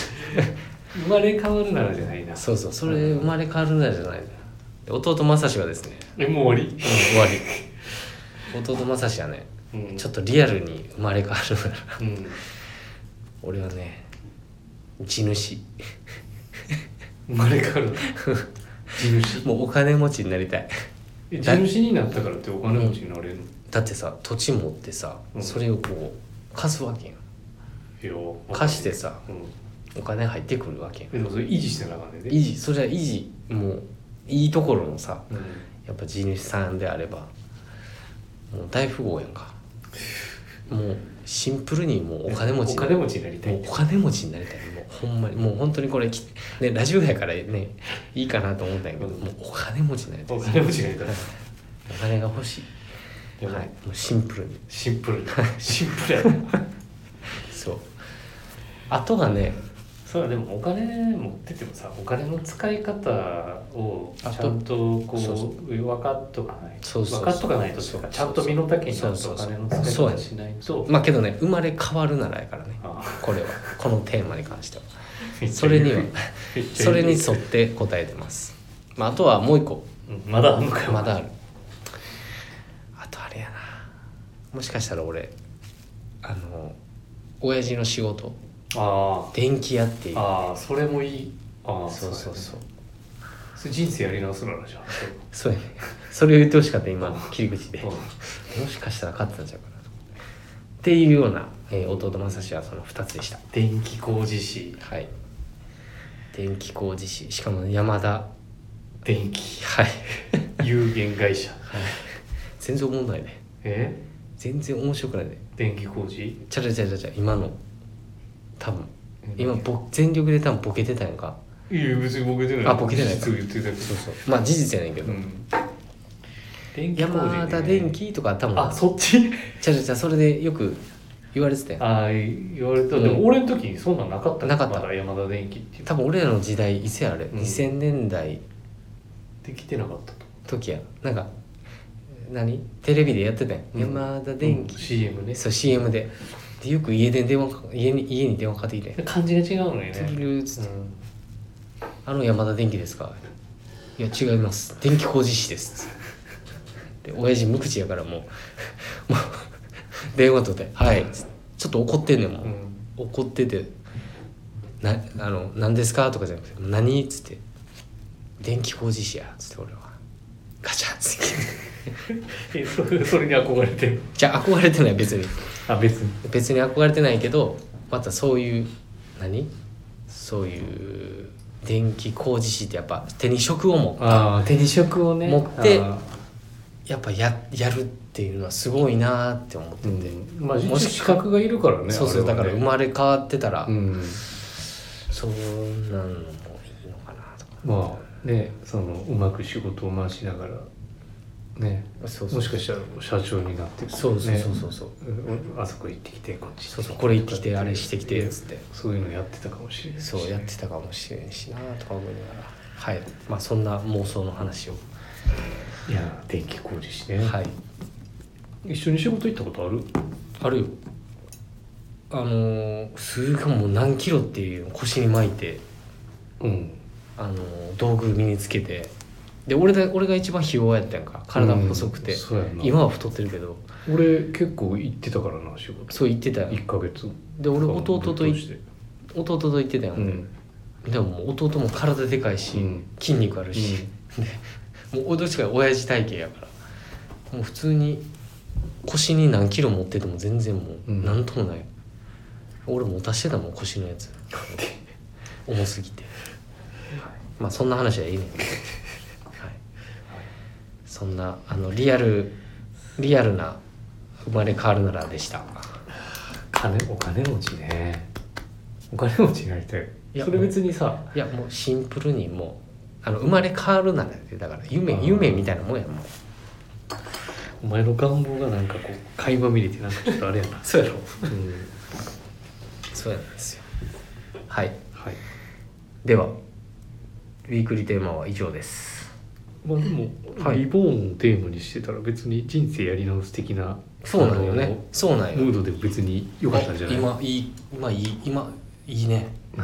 Speaker 2: 生まれ変わるならじゃないな
Speaker 1: そうそうそれ生まれ変わるならじゃないで弟正志はです ね
Speaker 2: えもう終わ
Speaker 1: うん終わり弟正志はね
Speaker 2: り、うん、
Speaker 1: ちょっとリアルに生まれ変わるなら
Speaker 2: うん
Speaker 1: 俺はね地主
Speaker 2: 生まれ変わる地主
Speaker 1: もうお金持ちになりたい
Speaker 2: え地主になったからってお金持ちになれるの
Speaker 1: だってさ土地持ってさ、
Speaker 2: うん
Speaker 1: それをこう貸すわけやん
Speaker 2: いやわかんない
Speaker 1: 貸してさ
Speaker 2: うん
Speaker 1: お金入ってくるわけやん
Speaker 2: でもそれ維持してなあかんねん
Speaker 1: 維
Speaker 2: で
Speaker 1: 持それは維持もういいところもさ
Speaker 2: うん
Speaker 1: やっぱ地主さんであればもう大富豪やんかもうシンプルにもうお金持ち
Speaker 2: お金持ちになりたい
Speaker 1: もうお金持ちになりたいもうほんまにもう本当にこれき、ね、ラジオやからねいいかなと思ったんやけど
Speaker 2: うん
Speaker 1: もうお金持ちになりたい
Speaker 2: お金持ちに なりたい
Speaker 1: お金が欲しい、
Speaker 2: やば
Speaker 1: はいい、もうシンプルに
Speaker 2: シンプルにシンプルやな
Speaker 1: そうあとがね
Speaker 2: そうだでもお金持っててもさお金の使い方をち
Speaker 1: あと
Speaker 2: ゃんとこう
Speaker 1: そうそ
Speaker 2: 分かっとかない
Speaker 1: そうそうそう
Speaker 2: 分かっとかないとっていうかちゃんと身の丈になったお金の
Speaker 1: そうそうそうそう
Speaker 2: 使い
Speaker 1: や
Speaker 2: 方
Speaker 1: ね
Speaker 2: しないと
Speaker 1: まあけどね生まれ変わるならやからね
Speaker 2: あ
Speaker 1: これはこのテーマに関しては
Speaker 2: めっちゃ
Speaker 1: それには
Speaker 2: めっちゃいい
Speaker 1: それに沿って答えてます、まあ、あとはもう一個
Speaker 2: うんまだあんのかよ
Speaker 1: まだあるあとあれやなもしかしたら俺あの親父の仕事
Speaker 2: あ
Speaker 1: 電気屋ってい
Speaker 2: ー
Speaker 1: う
Speaker 2: あーそれもいいああ
Speaker 1: そうそうそう
Speaker 2: それ人生やり直すならじゃあ
Speaker 1: そうやねそれを言ってほしかった今の切り口で
Speaker 2: うん
Speaker 1: もしかしたら勝ってたんちゃうかなっていうような、えー弟正志はその2つでした
Speaker 2: 電気工事士
Speaker 1: はい電気工事士しかも山田
Speaker 2: 電気
Speaker 1: はい
Speaker 2: 有限会社
Speaker 1: 全然思んないね
Speaker 2: え
Speaker 1: 全然面白くないね
Speaker 2: 電気工事
Speaker 1: ちゃらちゃらちゃら今の多分今ぼ全力で多分ボケてたやんか
Speaker 2: いや別にボケてない
Speaker 1: あボケてない
Speaker 2: 実を言ってたけど
Speaker 1: そうそうまあ事実やねんけど、
Speaker 2: うん電気工事ね
Speaker 1: 山田電気とか多分
Speaker 2: あそっ ち
Speaker 1: ちゃらちゃらそれでよく言われてたやん
Speaker 2: あー言われた、
Speaker 1: うん
Speaker 2: でも俺の時にそんなんなかった
Speaker 1: なかった
Speaker 2: まだ山田電気っていう
Speaker 1: 多分俺らの時代伊勢あれ、
Speaker 2: うん
Speaker 1: 2000年代
Speaker 2: できてなかったと
Speaker 1: 時やなんか何テレビでやってたやん、
Speaker 2: うん
Speaker 1: 山田電気、
Speaker 2: うん CM ね
Speaker 1: そう CM ででよく家で電話か家に家に電話かかってきてん
Speaker 2: 感じが違うのよね
Speaker 1: トゥルルーっつって
Speaker 2: うん
Speaker 1: あの山田電機ですか?」いや違います電気工事士です」で親父無口やからもうもう電話取って「はい」ちょっと怒ってんねんも、
Speaker 2: うんん
Speaker 1: 怒ってて「なあの何ですか?」とかじゃなくて「何?」っつって「電気工事士や」っつって俺はガチャッつって
Speaker 2: えそれ それに憧れてる
Speaker 1: じゃあ憧れてない別に
Speaker 2: あ別に
Speaker 1: 別に憧れてないけどまたそういう何そういう電気工事士ってやっぱ手に職を持った
Speaker 2: ああ手に職をね
Speaker 1: 持って
Speaker 2: あ
Speaker 1: やっぱややるっていうのはすごいなーって思って
Speaker 2: ーう
Speaker 1: て、
Speaker 2: んまあ一応
Speaker 1: もし
Speaker 2: 資格がいるからね
Speaker 1: そうそう、
Speaker 2: あれ
Speaker 1: だ
Speaker 2: は
Speaker 1: から
Speaker 2: ね
Speaker 1: 生まれ変わってたら、
Speaker 2: うん
Speaker 1: そうなんのもいいのかなとか
Speaker 2: まあねそのうまく仕事を回しながらね
Speaker 1: そうそう
Speaker 2: もしかしたら社長になって
Speaker 1: そうそうそうそううそう、
Speaker 2: んあそこ行ってきてこっち
Speaker 1: そうそうこれ行ってきてあれしてきて
Speaker 2: ね
Speaker 1: っつって
Speaker 2: そういうのやってたかもしれないし
Speaker 1: そうやってたかもしれんしなーとか思いながらはいまあそんな妄想の話を、
Speaker 2: いや電気工事しね、
Speaker 1: はい
Speaker 2: 一緒に仕事行ったことある
Speaker 1: あるよあのー、すごいもう何キロっていうの腰に巻いて
Speaker 2: うん
Speaker 1: あのー道具身につけてで俺だ俺が一番費用やったやんか体細くて、
Speaker 2: うんそうやな
Speaker 1: 今は太ってるけど
Speaker 2: 俺結構行ってたからな仕事
Speaker 1: そう言ってたよ
Speaker 2: 1ヶ月
Speaker 1: で俺弟と
Speaker 2: ぶっ
Speaker 1: い
Speaker 2: 通して
Speaker 1: 弟と言ってたよ、
Speaker 2: うん
Speaker 1: でももう弟も体でかいし、
Speaker 2: うん
Speaker 1: 筋肉あるし、もうどっちかが親父体型やからもう普通に腰に何キロ持ってても全然もう
Speaker 2: うん
Speaker 1: 何ともない、俺持たしてたもん腰のやつ重すぎて、まあそんな話 はいいねんけど、はい、そんなあのリアルリアルな生まれ変わるならでした
Speaker 2: 金お金持ちねお金持ちになりたい
Speaker 1: いや
Speaker 2: それ別にさ
Speaker 1: いやもうシンプルにもうあの生まれ変わるなんてだから夢
Speaker 2: あー
Speaker 1: 夢みたいなもんやもう
Speaker 2: お前の願望がなんかこう垣間見れてなんかちょっとあれやな
Speaker 1: そうやろ
Speaker 2: うん
Speaker 1: そうなんですよはい
Speaker 2: はい
Speaker 1: ではウィークリーテーマは以上です
Speaker 2: まあでも、
Speaker 1: はい
Speaker 2: リボーンをテーマにしてたら別に人生やり直す的な
Speaker 1: そうなんよねそうなん
Speaker 2: あ
Speaker 1: よ
Speaker 2: のムードで別に良かったんじゃない
Speaker 1: 今いい今いい今いいね そ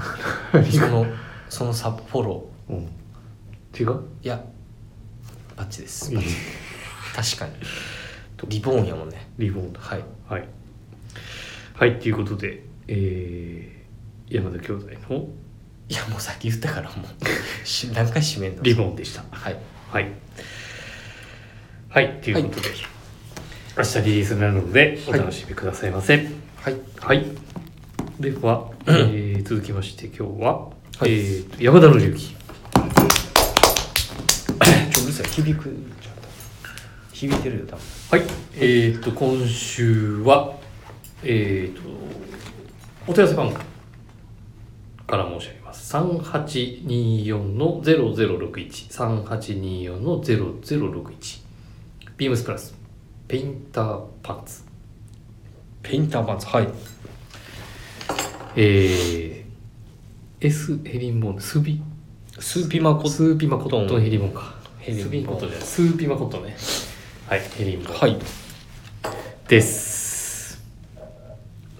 Speaker 1: のそのサフォロ
Speaker 2: うん、違う
Speaker 1: ーいやバッチです
Speaker 2: いい
Speaker 1: 確かにリボーンやもんね
Speaker 2: リボーンだ
Speaker 1: はい
Speaker 2: はいはいということで、えー山田兄弟の
Speaker 1: いやもうさっき言ったからもうし何回締めんの
Speaker 2: リボーンでした
Speaker 1: はい
Speaker 2: はいはいということで、明日リリースになるのでお
Speaker 1: はい
Speaker 2: 楽しみくださいませはい、
Speaker 1: はい
Speaker 2: で は、えー続きまして今日は、
Speaker 1: はい
Speaker 2: えーと山田の隆
Speaker 1: ちょ
Speaker 2: 起
Speaker 1: うるさい響くんちゃった響いてるよ多分
Speaker 2: はい、えー、と今週はえー、とお問い合わせ番号から申し上げます3824の00613824の0061ビームスプラスペインターパンツ
Speaker 1: ペインターパンツはい
Speaker 2: えー、S ヘリンボーンスビ
Speaker 1: スーピマコ
Speaker 2: スーピマコットンヘリンボーンか
Speaker 1: ヘリンボーン
Speaker 2: スピマコットンじゃないスーピマコットンねはいヘリンボーン、
Speaker 1: はい
Speaker 2: です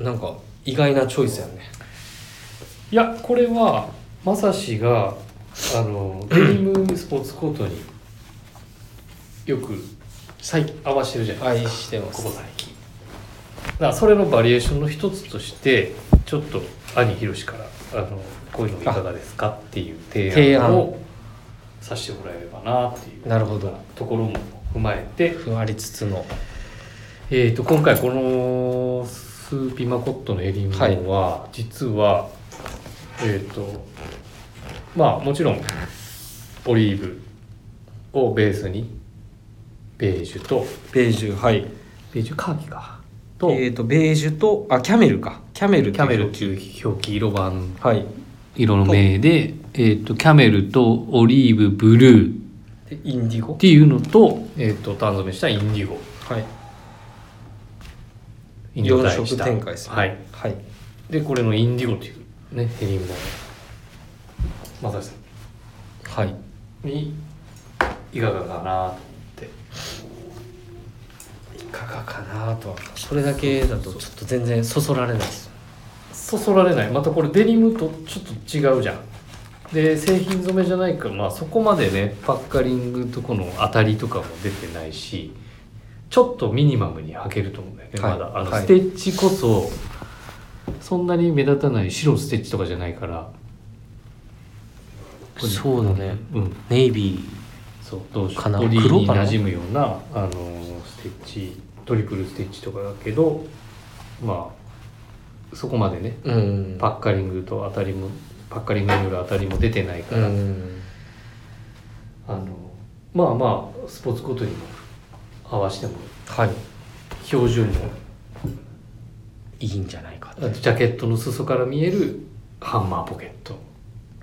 Speaker 1: なんか意外なチョイスやね
Speaker 2: いやこれはまさしがあのデニムスポーツコートによく
Speaker 1: 最近
Speaker 2: 合わせてるじゃない
Speaker 1: 愛
Speaker 2: です
Speaker 1: してま
Speaker 2: か
Speaker 1: す
Speaker 2: ここ最近だからそれのバリエーションの一つとしてちょっと兄ひろしからあのこういうのいかがですかっていう提
Speaker 1: 提
Speaker 2: 案
Speaker 1: 案
Speaker 2: をさせてもらえればなっていう
Speaker 1: なるほど
Speaker 2: ところも踏まえて
Speaker 1: ふんわりつつの
Speaker 2: えー、と今回このスーピマコットのエリンボーンは、実はえっ、とまあもちろんオリーブをベースにベージュと
Speaker 1: ベージュはい
Speaker 2: ベージュカーキかと、
Speaker 1: えっ、とベージュとあキャメルかキャメル
Speaker 2: キャメルっていう表記色版
Speaker 1: はい
Speaker 2: 色の名で、えー、とキャメルとオリーブブルーっ
Speaker 1: でインディゴ
Speaker 2: ていうのと,、えー、と単染めしたインディゴ
Speaker 1: はい
Speaker 2: インディゴ
Speaker 1: 四
Speaker 2: 対し
Speaker 1: 色
Speaker 2: た
Speaker 1: 展開する
Speaker 2: はい、
Speaker 1: はい
Speaker 2: でこれのインディゴというねヘリンボーンまさしさん
Speaker 1: はい
Speaker 2: にいかがかなって
Speaker 1: いかがかなとはそれだけだとちょっと全然そそられないです
Speaker 2: そそられないまたこれデニムとちょっと違うじゃんで製品染めじゃないから、まあ、そこまでねパッカリングとこの当たりとかも出てないしちょっとミニマムに履けると思うんだよね、
Speaker 1: はい
Speaker 2: まだあの
Speaker 1: はい
Speaker 2: ステッチこそ、そんなに目立たない白ステッチとかじゃないからこれ
Speaker 1: そうだね
Speaker 2: うん
Speaker 1: ネイビ
Speaker 2: そうどうし
Speaker 1: かな
Speaker 2: ボディ
Speaker 1: 黒
Speaker 2: に
Speaker 1: かな
Speaker 2: 馴染むようなあのステッチトリプルステッチとかだけどまあそこまでね
Speaker 1: ーうん
Speaker 2: パッカリングと当たりもパッカリングによる当たりも出てないか
Speaker 1: う
Speaker 2: ら、
Speaker 1: ん
Speaker 2: あのまあまあスポーツコートにも合わせても
Speaker 1: はい
Speaker 2: 標準の
Speaker 1: いいんじゃないか
Speaker 2: あとジャケットの裾から見えるハンマーポケット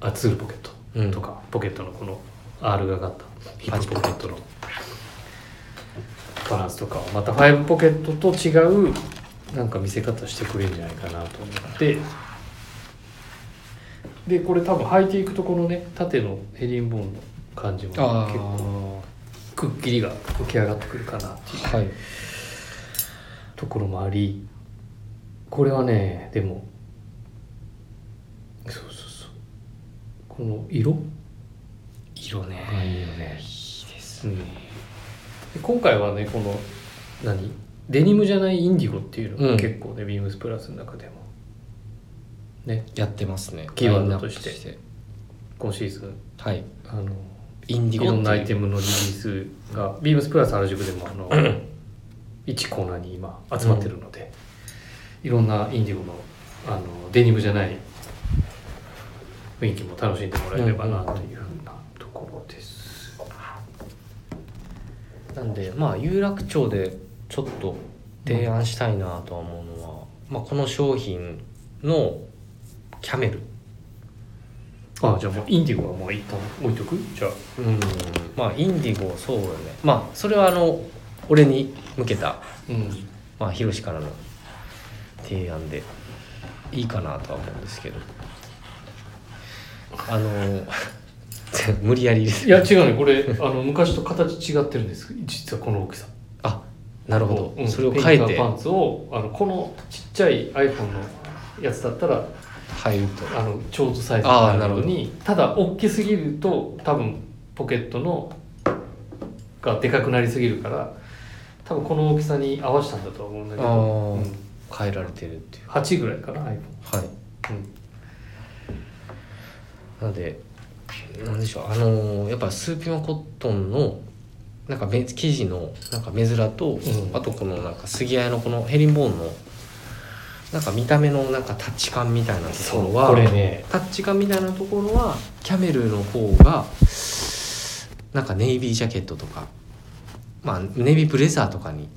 Speaker 2: あツールポケット
Speaker 1: うん
Speaker 2: とか、ポケットのこの R がかったヒップポケットのバランスとかをまたファイブポケットと違うなんか見せ方してくれるんじゃないかなと思ってでこれ多分履いていくとこのね縦のヘリンボーンの感じも結
Speaker 1: あ
Speaker 2: 構くっきりが浮き上がってくるかなっていう
Speaker 1: あはい
Speaker 2: ところもありこれはねでもそうそうそうこの色
Speaker 1: 色ね
Speaker 2: がいいよ
Speaker 1: い
Speaker 2: ね、
Speaker 1: いです
Speaker 2: うん、で今回はねこの何デニムじゃないインディゴっていうの
Speaker 1: う
Speaker 2: が
Speaker 1: ん
Speaker 2: 結構ね、ビームスプラスの中でもね
Speaker 1: やってますね
Speaker 2: キーワードとして
Speaker 1: ラインナップ
Speaker 2: 今シーズン
Speaker 1: としてはい
Speaker 2: あの
Speaker 1: インデ
Speaker 2: い
Speaker 1: ィゴ
Speaker 2: ろんなア
Speaker 1: っ
Speaker 2: イ
Speaker 1: て
Speaker 2: テ
Speaker 1: いう
Speaker 2: ムのリリースがビームスプラス原宿でもあの1コーナーに今集まってるので、いろんなインディゴのあのデニムじゃない雰囲気も楽しんでもらえればなというふうなところです。
Speaker 1: なんでまあ有楽町でちょっと提案したいなとは思うのは、まあ、この商品のキャメル
Speaker 2: あじゃあもうインディゴはもう一旦置いとくじゃあ
Speaker 1: うんまあインディゴそうよねまあそれはあの俺に向けた
Speaker 2: うん
Speaker 1: まあヒロシからの提案でいいかなとは思うんですけどあの 無理やり入れて
Speaker 2: いや違うねこれあの昔と形違ってるんです実はこの大きさ
Speaker 1: あなるほど、
Speaker 2: うん
Speaker 1: それを変え
Speaker 2: ペン
Speaker 1: て
Speaker 2: タパンツをあのこのちっちゃい iPhone のやつだったら
Speaker 1: 入ると
Speaker 2: あのちょうどサイズ
Speaker 1: あー
Speaker 2: になるのにただ大きすぎると多分ポケットのがでかくなりすぎるから多分この大きさに合わせたんだとは思うんだけ
Speaker 1: あ
Speaker 2: ど、
Speaker 1: ー
Speaker 2: うん
Speaker 1: 変えられてるっていう
Speaker 2: 8ぐらいかな iPhone、
Speaker 1: はい
Speaker 2: うん
Speaker 1: なのでなんでしょうあのーやっぱスーピマコットンのなんかめ生地のなんか目面と、
Speaker 2: ん
Speaker 1: あとこのなんか杉谷のこのヘリンボーンのなんか見た目のなんかタッチ感みたいなところは
Speaker 2: これね
Speaker 1: タッチ感みたいなところはキャメルの方がなんかネイビージャケットとか、まあ、ネイビーブレザーとかに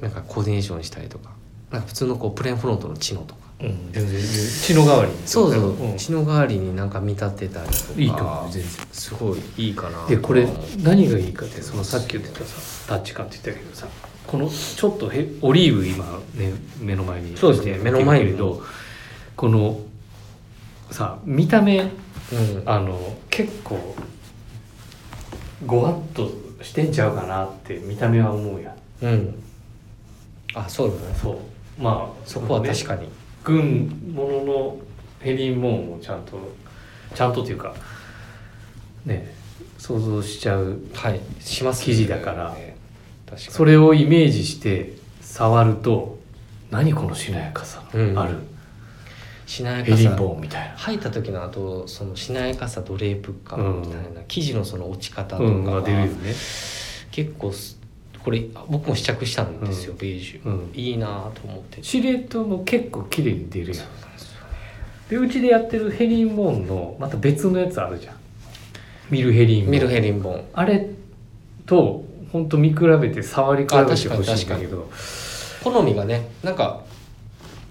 Speaker 1: なんかコーディネーションしたりとかなんか普通のこうプレーンフロントのチノとか
Speaker 2: うん、全然血の代わりに
Speaker 1: そうそう、
Speaker 2: ん
Speaker 1: 血の代わりになんか見立てたりとか
Speaker 2: いいと思う全然
Speaker 1: すごいいいかな
Speaker 2: でこれ
Speaker 1: とは思う
Speaker 2: 何がいいかってそのさっき言ってたさタッチ感って言ってたけどさこのちょっとへオリーブ今ね目の前に
Speaker 1: そうですね目の前に
Speaker 2: いるけれどこのさ見た目
Speaker 1: うん
Speaker 2: あの結構ごわっとしてんちゃうかなって見た目は思うやん
Speaker 1: うんあそうだね
Speaker 2: そうまあ
Speaker 1: そこは
Speaker 2: ね
Speaker 1: 確かに、
Speaker 2: 軍もののヘリンボーンをちゃんとちゃんとというかね想像しちゃう
Speaker 1: はいします
Speaker 2: 生地だから
Speaker 1: ね確かに
Speaker 2: それをイメージして触ると何このしなやかさ
Speaker 1: うん
Speaker 2: ある
Speaker 1: しなや
Speaker 2: ヘ
Speaker 1: か
Speaker 2: リン
Speaker 1: さ
Speaker 2: ボーンみたいな
Speaker 1: 入った時のあとそのしなやかさドレープ感みたいな、生地のその落ち方とか
Speaker 2: うん
Speaker 1: が、
Speaker 2: が出るよね
Speaker 1: 結構すこれあ僕も試着したんですよ、ベージュ、
Speaker 2: うん
Speaker 1: いいなと思って
Speaker 2: シルエットも結構綺麗に出るやん
Speaker 1: そうなんですよ
Speaker 2: でうちでやってるヘリンボーンのまた別のやつあるじゃんミルヘリンボーン
Speaker 1: ミルヘリンボーン
Speaker 2: あれと本当見比べて触り比べてほしいんだけど
Speaker 1: 好みがねなんか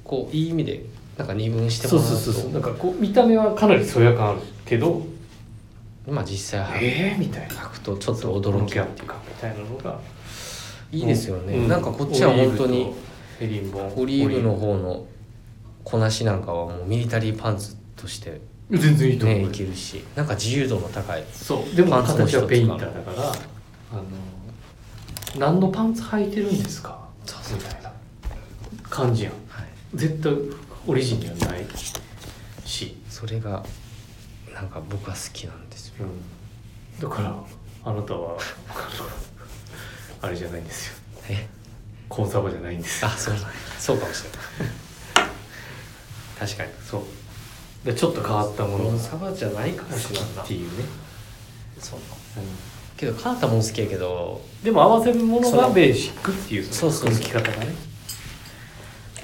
Speaker 1: こういい意味でなんか二分しても
Speaker 2: そう
Speaker 1: らうと
Speaker 2: そうそうそうなんかこう見た目はかなりそや感あるけど
Speaker 1: 今実際履
Speaker 2: えー、みたいな
Speaker 1: くとちょっと驚き
Speaker 2: キャップかみたいなのが
Speaker 1: いいですよね、
Speaker 2: う
Speaker 1: なんかこっちは本当
Speaker 2: オリーブ
Speaker 1: に
Speaker 2: とヘリンボーン
Speaker 1: オリーブの方のこなしなんかはもうミリタリーパンツとして
Speaker 2: 全然いいと思う
Speaker 1: ね
Speaker 2: よ、
Speaker 1: いけるしなんか自由度の高い
Speaker 2: そうでも
Speaker 1: パンツの一
Speaker 2: 形
Speaker 1: つか
Speaker 2: はペインターだからあの何のパンツ履いてるんですかみたいな感じやん
Speaker 1: はい、
Speaker 2: 絶対オリジンにはないし、
Speaker 1: それがなんか僕は好きなんですよ
Speaker 2: だからあなたはあれじゃないんですよ
Speaker 1: え
Speaker 2: コンサバじゃないんです
Speaker 1: あ
Speaker 2: よ
Speaker 1: そうだそうかもしれない確かに
Speaker 2: そうでちょっと変わったもの
Speaker 1: こ
Speaker 2: が
Speaker 1: の
Speaker 2: 好
Speaker 1: サバじゃないかもしれない
Speaker 2: き
Speaker 1: な
Speaker 2: っていうね、
Speaker 1: そうけどカータも好きやけど
Speaker 2: でも合わせるもの
Speaker 1: そ
Speaker 2: が
Speaker 1: の
Speaker 2: ベーシックっていう
Speaker 1: そうそうそう
Speaker 2: のき方がね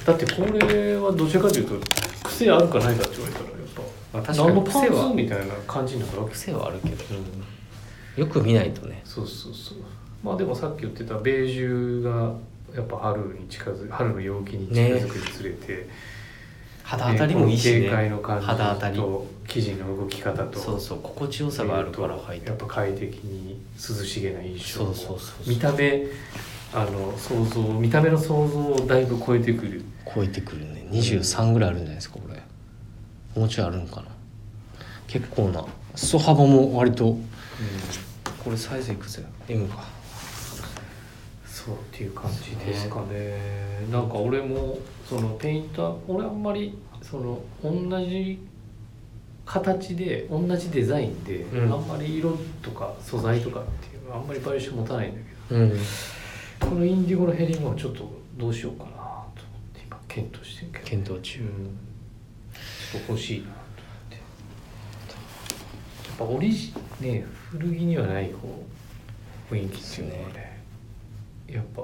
Speaker 2: だってこれはどちらかというと癖あるかないかって言われたらやっ
Speaker 1: まあ
Speaker 2: ぱ
Speaker 1: 確か
Speaker 2: 何の
Speaker 1: に
Speaker 2: パン
Speaker 1: 癖は
Speaker 2: ツみたいな感じになるわけ
Speaker 1: 癖はあるけど、よく見ないとね
Speaker 2: そうそうそうまあでもさっき言ってたベージュがやっぱ春に近づ春の陽気に近づくにつれて、
Speaker 1: 肌当たりもいいし
Speaker 2: この
Speaker 1: ね
Speaker 2: 軽快の感じ
Speaker 1: 肌当たり
Speaker 2: と生地の動き方と
Speaker 1: そうそう心地よさがあるから入って
Speaker 2: やっぱ快適に涼しげな印象
Speaker 1: そうそうそうそう
Speaker 2: 見た目あの想像見た目の想像をだいぶ超えてくる
Speaker 1: 超えてくるね23ぐらいあるんじゃないですかこれもうちょいあるんかな結構な裾幅も割とこれサイズいくつや M か
Speaker 2: そうっていう感じですかねなんか俺もそのペインター俺あんまりその同じ形で同じデザインで、
Speaker 1: うん
Speaker 2: あんまり色とか素材とかっていうのはあんまりバリエーション持たないんだけど
Speaker 1: うん
Speaker 2: このインディゴのヘリングはちょっとどうしようかなと思って今検討してるけど
Speaker 1: 検討中
Speaker 2: うんちょっと欲しいなと思ってやっぱオリジね古着にはないこう雰囲気っていうのはねやっぱ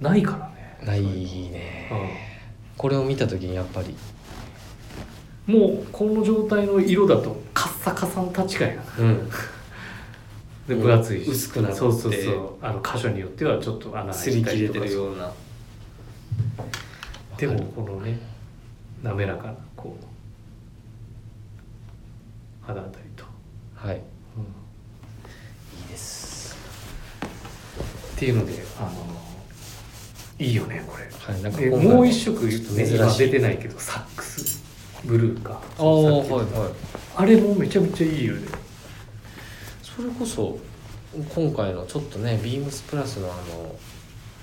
Speaker 2: ないからね
Speaker 1: ない
Speaker 2: そういう
Speaker 1: ね
Speaker 2: の
Speaker 1: これを見た時にやっぱり
Speaker 2: うんもうこの状態の色だとカッサカサの立ち感やな
Speaker 1: うん
Speaker 2: で
Speaker 1: うん
Speaker 2: 分厚いし
Speaker 1: 薄くなって
Speaker 2: そうそうそうあの箇所によってはちょっと穴
Speaker 1: 擦
Speaker 2: 開い
Speaker 1: り
Speaker 2: た
Speaker 1: 切
Speaker 2: り
Speaker 1: れ
Speaker 2: とか
Speaker 1: てるような
Speaker 2: で
Speaker 1: わ
Speaker 2: も
Speaker 1: かる
Speaker 2: このね滑らかなこう肌当たりと、
Speaker 1: はいい
Speaker 2: うん
Speaker 1: いですっていうので
Speaker 2: あのいいよねこれ
Speaker 1: はいなんか
Speaker 2: え
Speaker 1: 今回
Speaker 2: もう一色言うと
Speaker 1: 珍
Speaker 2: ね
Speaker 1: しい
Speaker 2: 今出てないけどサックスブルーか
Speaker 1: ああはい
Speaker 2: さっき
Speaker 1: はい
Speaker 2: あれもめちゃめちゃいいよね
Speaker 1: それこそ今回のちょっとねビームスプラスのあの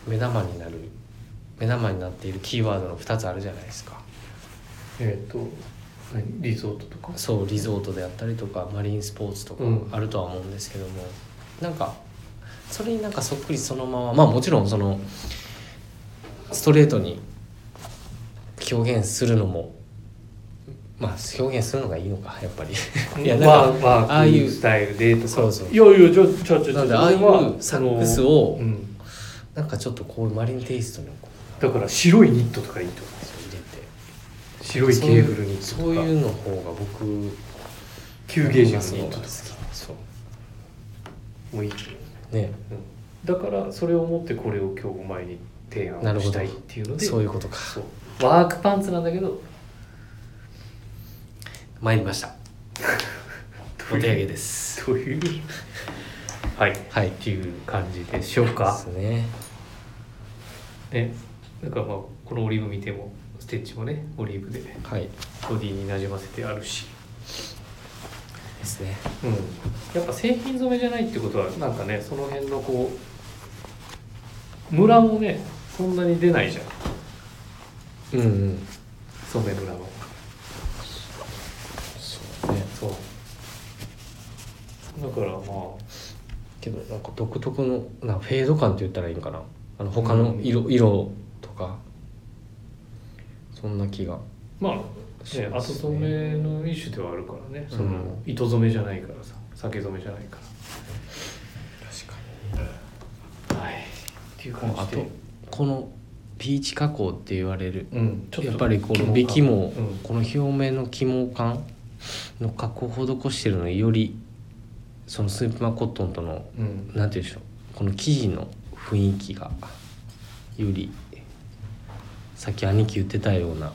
Speaker 1: 目玉になる目玉になっているキーワードの2つあるじゃないですか
Speaker 2: えっ、と何リゾートとか
Speaker 1: そうリゾートであったりとかマリンスポーツとか
Speaker 2: うん
Speaker 1: あるとは思うんですけども、なんかそれになんかそっくりそのまままあもちろんそのストレートに表現するのもまあ表現するのがいいのかやっぱりいやな
Speaker 2: ワ
Speaker 1: ん
Speaker 2: ーワーク
Speaker 1: ああいう
Speaker 2: スタイルでとか
Speaker 1: そうそう
Speaker 2: いやいやちょちょち
Speaker 1: かな
Speaker 2: ょ
Speaker 1: んでああいうサックスを
Speaker 2: うん、
Speaker 1: なんかちょっとこういうマリンテイストにこう
Speaker 2: だから白いニットとかいいと思う
Speaker 1: 入れて。
Speaker 2: 白いケーブルニットと
Speaker 1: そ
Speaker 2: か
Speaker 1: ういうそういうの方が僕
Speaker 2: 9ゲージの
Speaker 1: 好き
Speaker 2: ニットと
Speaker 1: 好
Speaker 2: か
Speaker 1: きそ
Speaker 2: もういい、
Speaker 1: うね
Speaker 2: うん、だからそれを持ってこれを今日お前に提案
Speaker 1: なる
Speaker 2: を
Speaker 1: ほど
Speaker 2: したいっていうので
Speaker 1: そういうことか
Speaker 2: そうワークパンツなんだけど
Speaker 1: 参りましたお手上げです
Speaker 2: というはいっ
Speaker 1: はい
Speaker 2: ていう感じでしょう
Speaker 1: で
Speaker 2: か
Speaker 1: すね
Speaker 2: ねなんかまあこのオリーブ見てもステッチもねオリーブで
Speaker 1: はい
Speaker 2: ボディになじませてあるし、
Speaker 1: ですね
Speaker 2: うん、やっぱ製品染めじゃないってことはなんかねその辺のこうムラもねそんなに出ないじゃん
Speaker 1: うんうん
Speaker 2: 染めムラも
Speaker 1: そうね
Speaker 2: そうだからまあ
Speaker 1: けどなんか独特のなんかフェード感って言ったらいいんかなあの他の色,、色とかそんな気が
Speaker 2: まあ、
Speaker 1: そうです
Speaker 2: ね、
Speaker 1: ね
Speaker 2: 後染めの一種ではあるからねその
Speaker 1: うん
Speaker 2: 糸染めじゃないからさ酒染めじゃないから
Speaker 1: 確か
Speaker 2: はい。っていう感
Speaker 1: にあ
Speaker 2: じ
Speaker 1: と
Speaker 2: で。
Speaker 1: このビーチ加工って言われる
Speaker 2: うん、ちょっと
Speaker 1: やっぱりこの美
Speaker 2: 希
Speaker 1: 起
Speaker 2: 望
Speaker 1: も
Speaker 2: 感うん
Speaker 1: この表面の起毛感の加工を施してるのによりそのスーパーコットンとの
Speaker 2: うん、
Speaker 1: なんて言うんでしょうこの生地の雰囲気がよりさっき兄貴言ってたような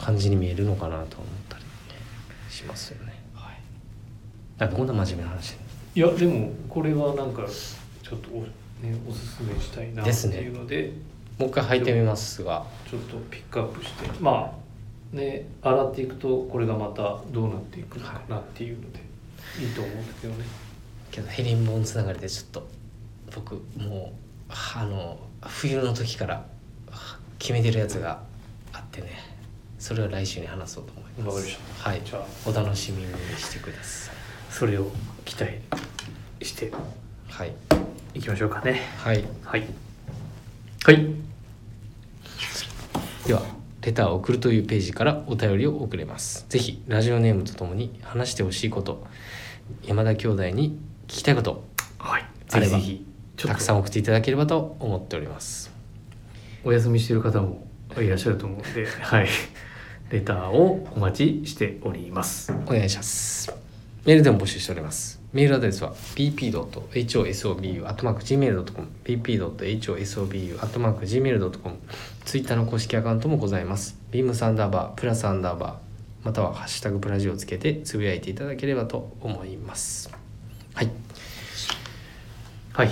Speaker 1: 感じに見えるのかなと思ったりしますよね。
Speaker 2: はい
Speaker 1: なんでこんな真面目な話
Speaker 2: いやでもこれはなんかちょっとお,、ね、おすすめしたいなっ
Speaker 1: で
Speaker 2: て
Speaker 1: すね
Speaker 2: いうので
Speaker 1: もう一回履いてみますが
Speaker 2: ちょっとピックアップしてまあね洗っていくとこれがまたどうなっていくのかなっていうので、い、いと思うんだけどね
Speaker 1: けどヘリンボーンつながりでちょっと僕もうあの冬の時から決めてるやつがあってねそれは来週に話そうと思います。
Speaker 2: わかりま
Speaker 1: はい
Speaker 2: じゃあ
Speaker 1: お楽しみにしてください。
Speaker 2: それを期待して
Speaker 1: はい
Speaker 2: いきましょうかね
Speaker 1: はい
Speaker 2: はいはい
Speaker 1: ではレターを送るというページからお便りを送れますぜひラジオネームとともに話してほしいこと山田兄弟に聞きたいこと
Speaker 2: はい
Speaker 1: あ
Speaker 2: ぜ
Speaker 1: れ
Speaker 2: ひ
Speaker 1: ば
Speaker 2: ぜひちょ
Speaker 1: た
Speaker 2: っ
Speaker 1: くさ
Speaker 2: と
Speaker 1: ん送っていただければと思っております
Speaker 2: お休みしてる方もいらっしゃると思うんで はいレターをお待ちしております
Speaker 1: お願いしますメールでも募集しておりますメールアドレスは bp.hosobu.gmail.com bp.hosobu.gmail.com ツイッターの公式アカウントもございますビームサンダーバープラスアンダーバーまたは「ハッシュタグプラジ」をつけてつぶやいていただければと思いますはい
Speaker 2: はい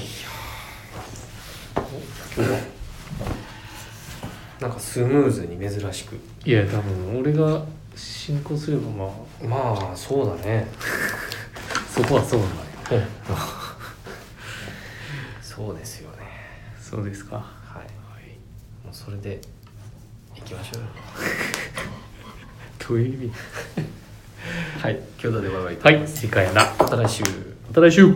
Speaker 1: なんかスムーズに珍しく
Speaker 2: いや多分俺が進行すればまあ
Speaker 1: まあそうだね
Speaker 2: そこはそうなんだよ
Speaker 1: そうですよね
Speaker 2: そうですかは
Speaker 1: はい
Speaker 2: い
Speaker 1: もうそれでいきましょうよ
Speaker 2: どういう意味
Speaker 1: はい兄弟でバイバイ
Speaker 2: はい理解やな
Speaker 1: また来週
Speaker 2: また来週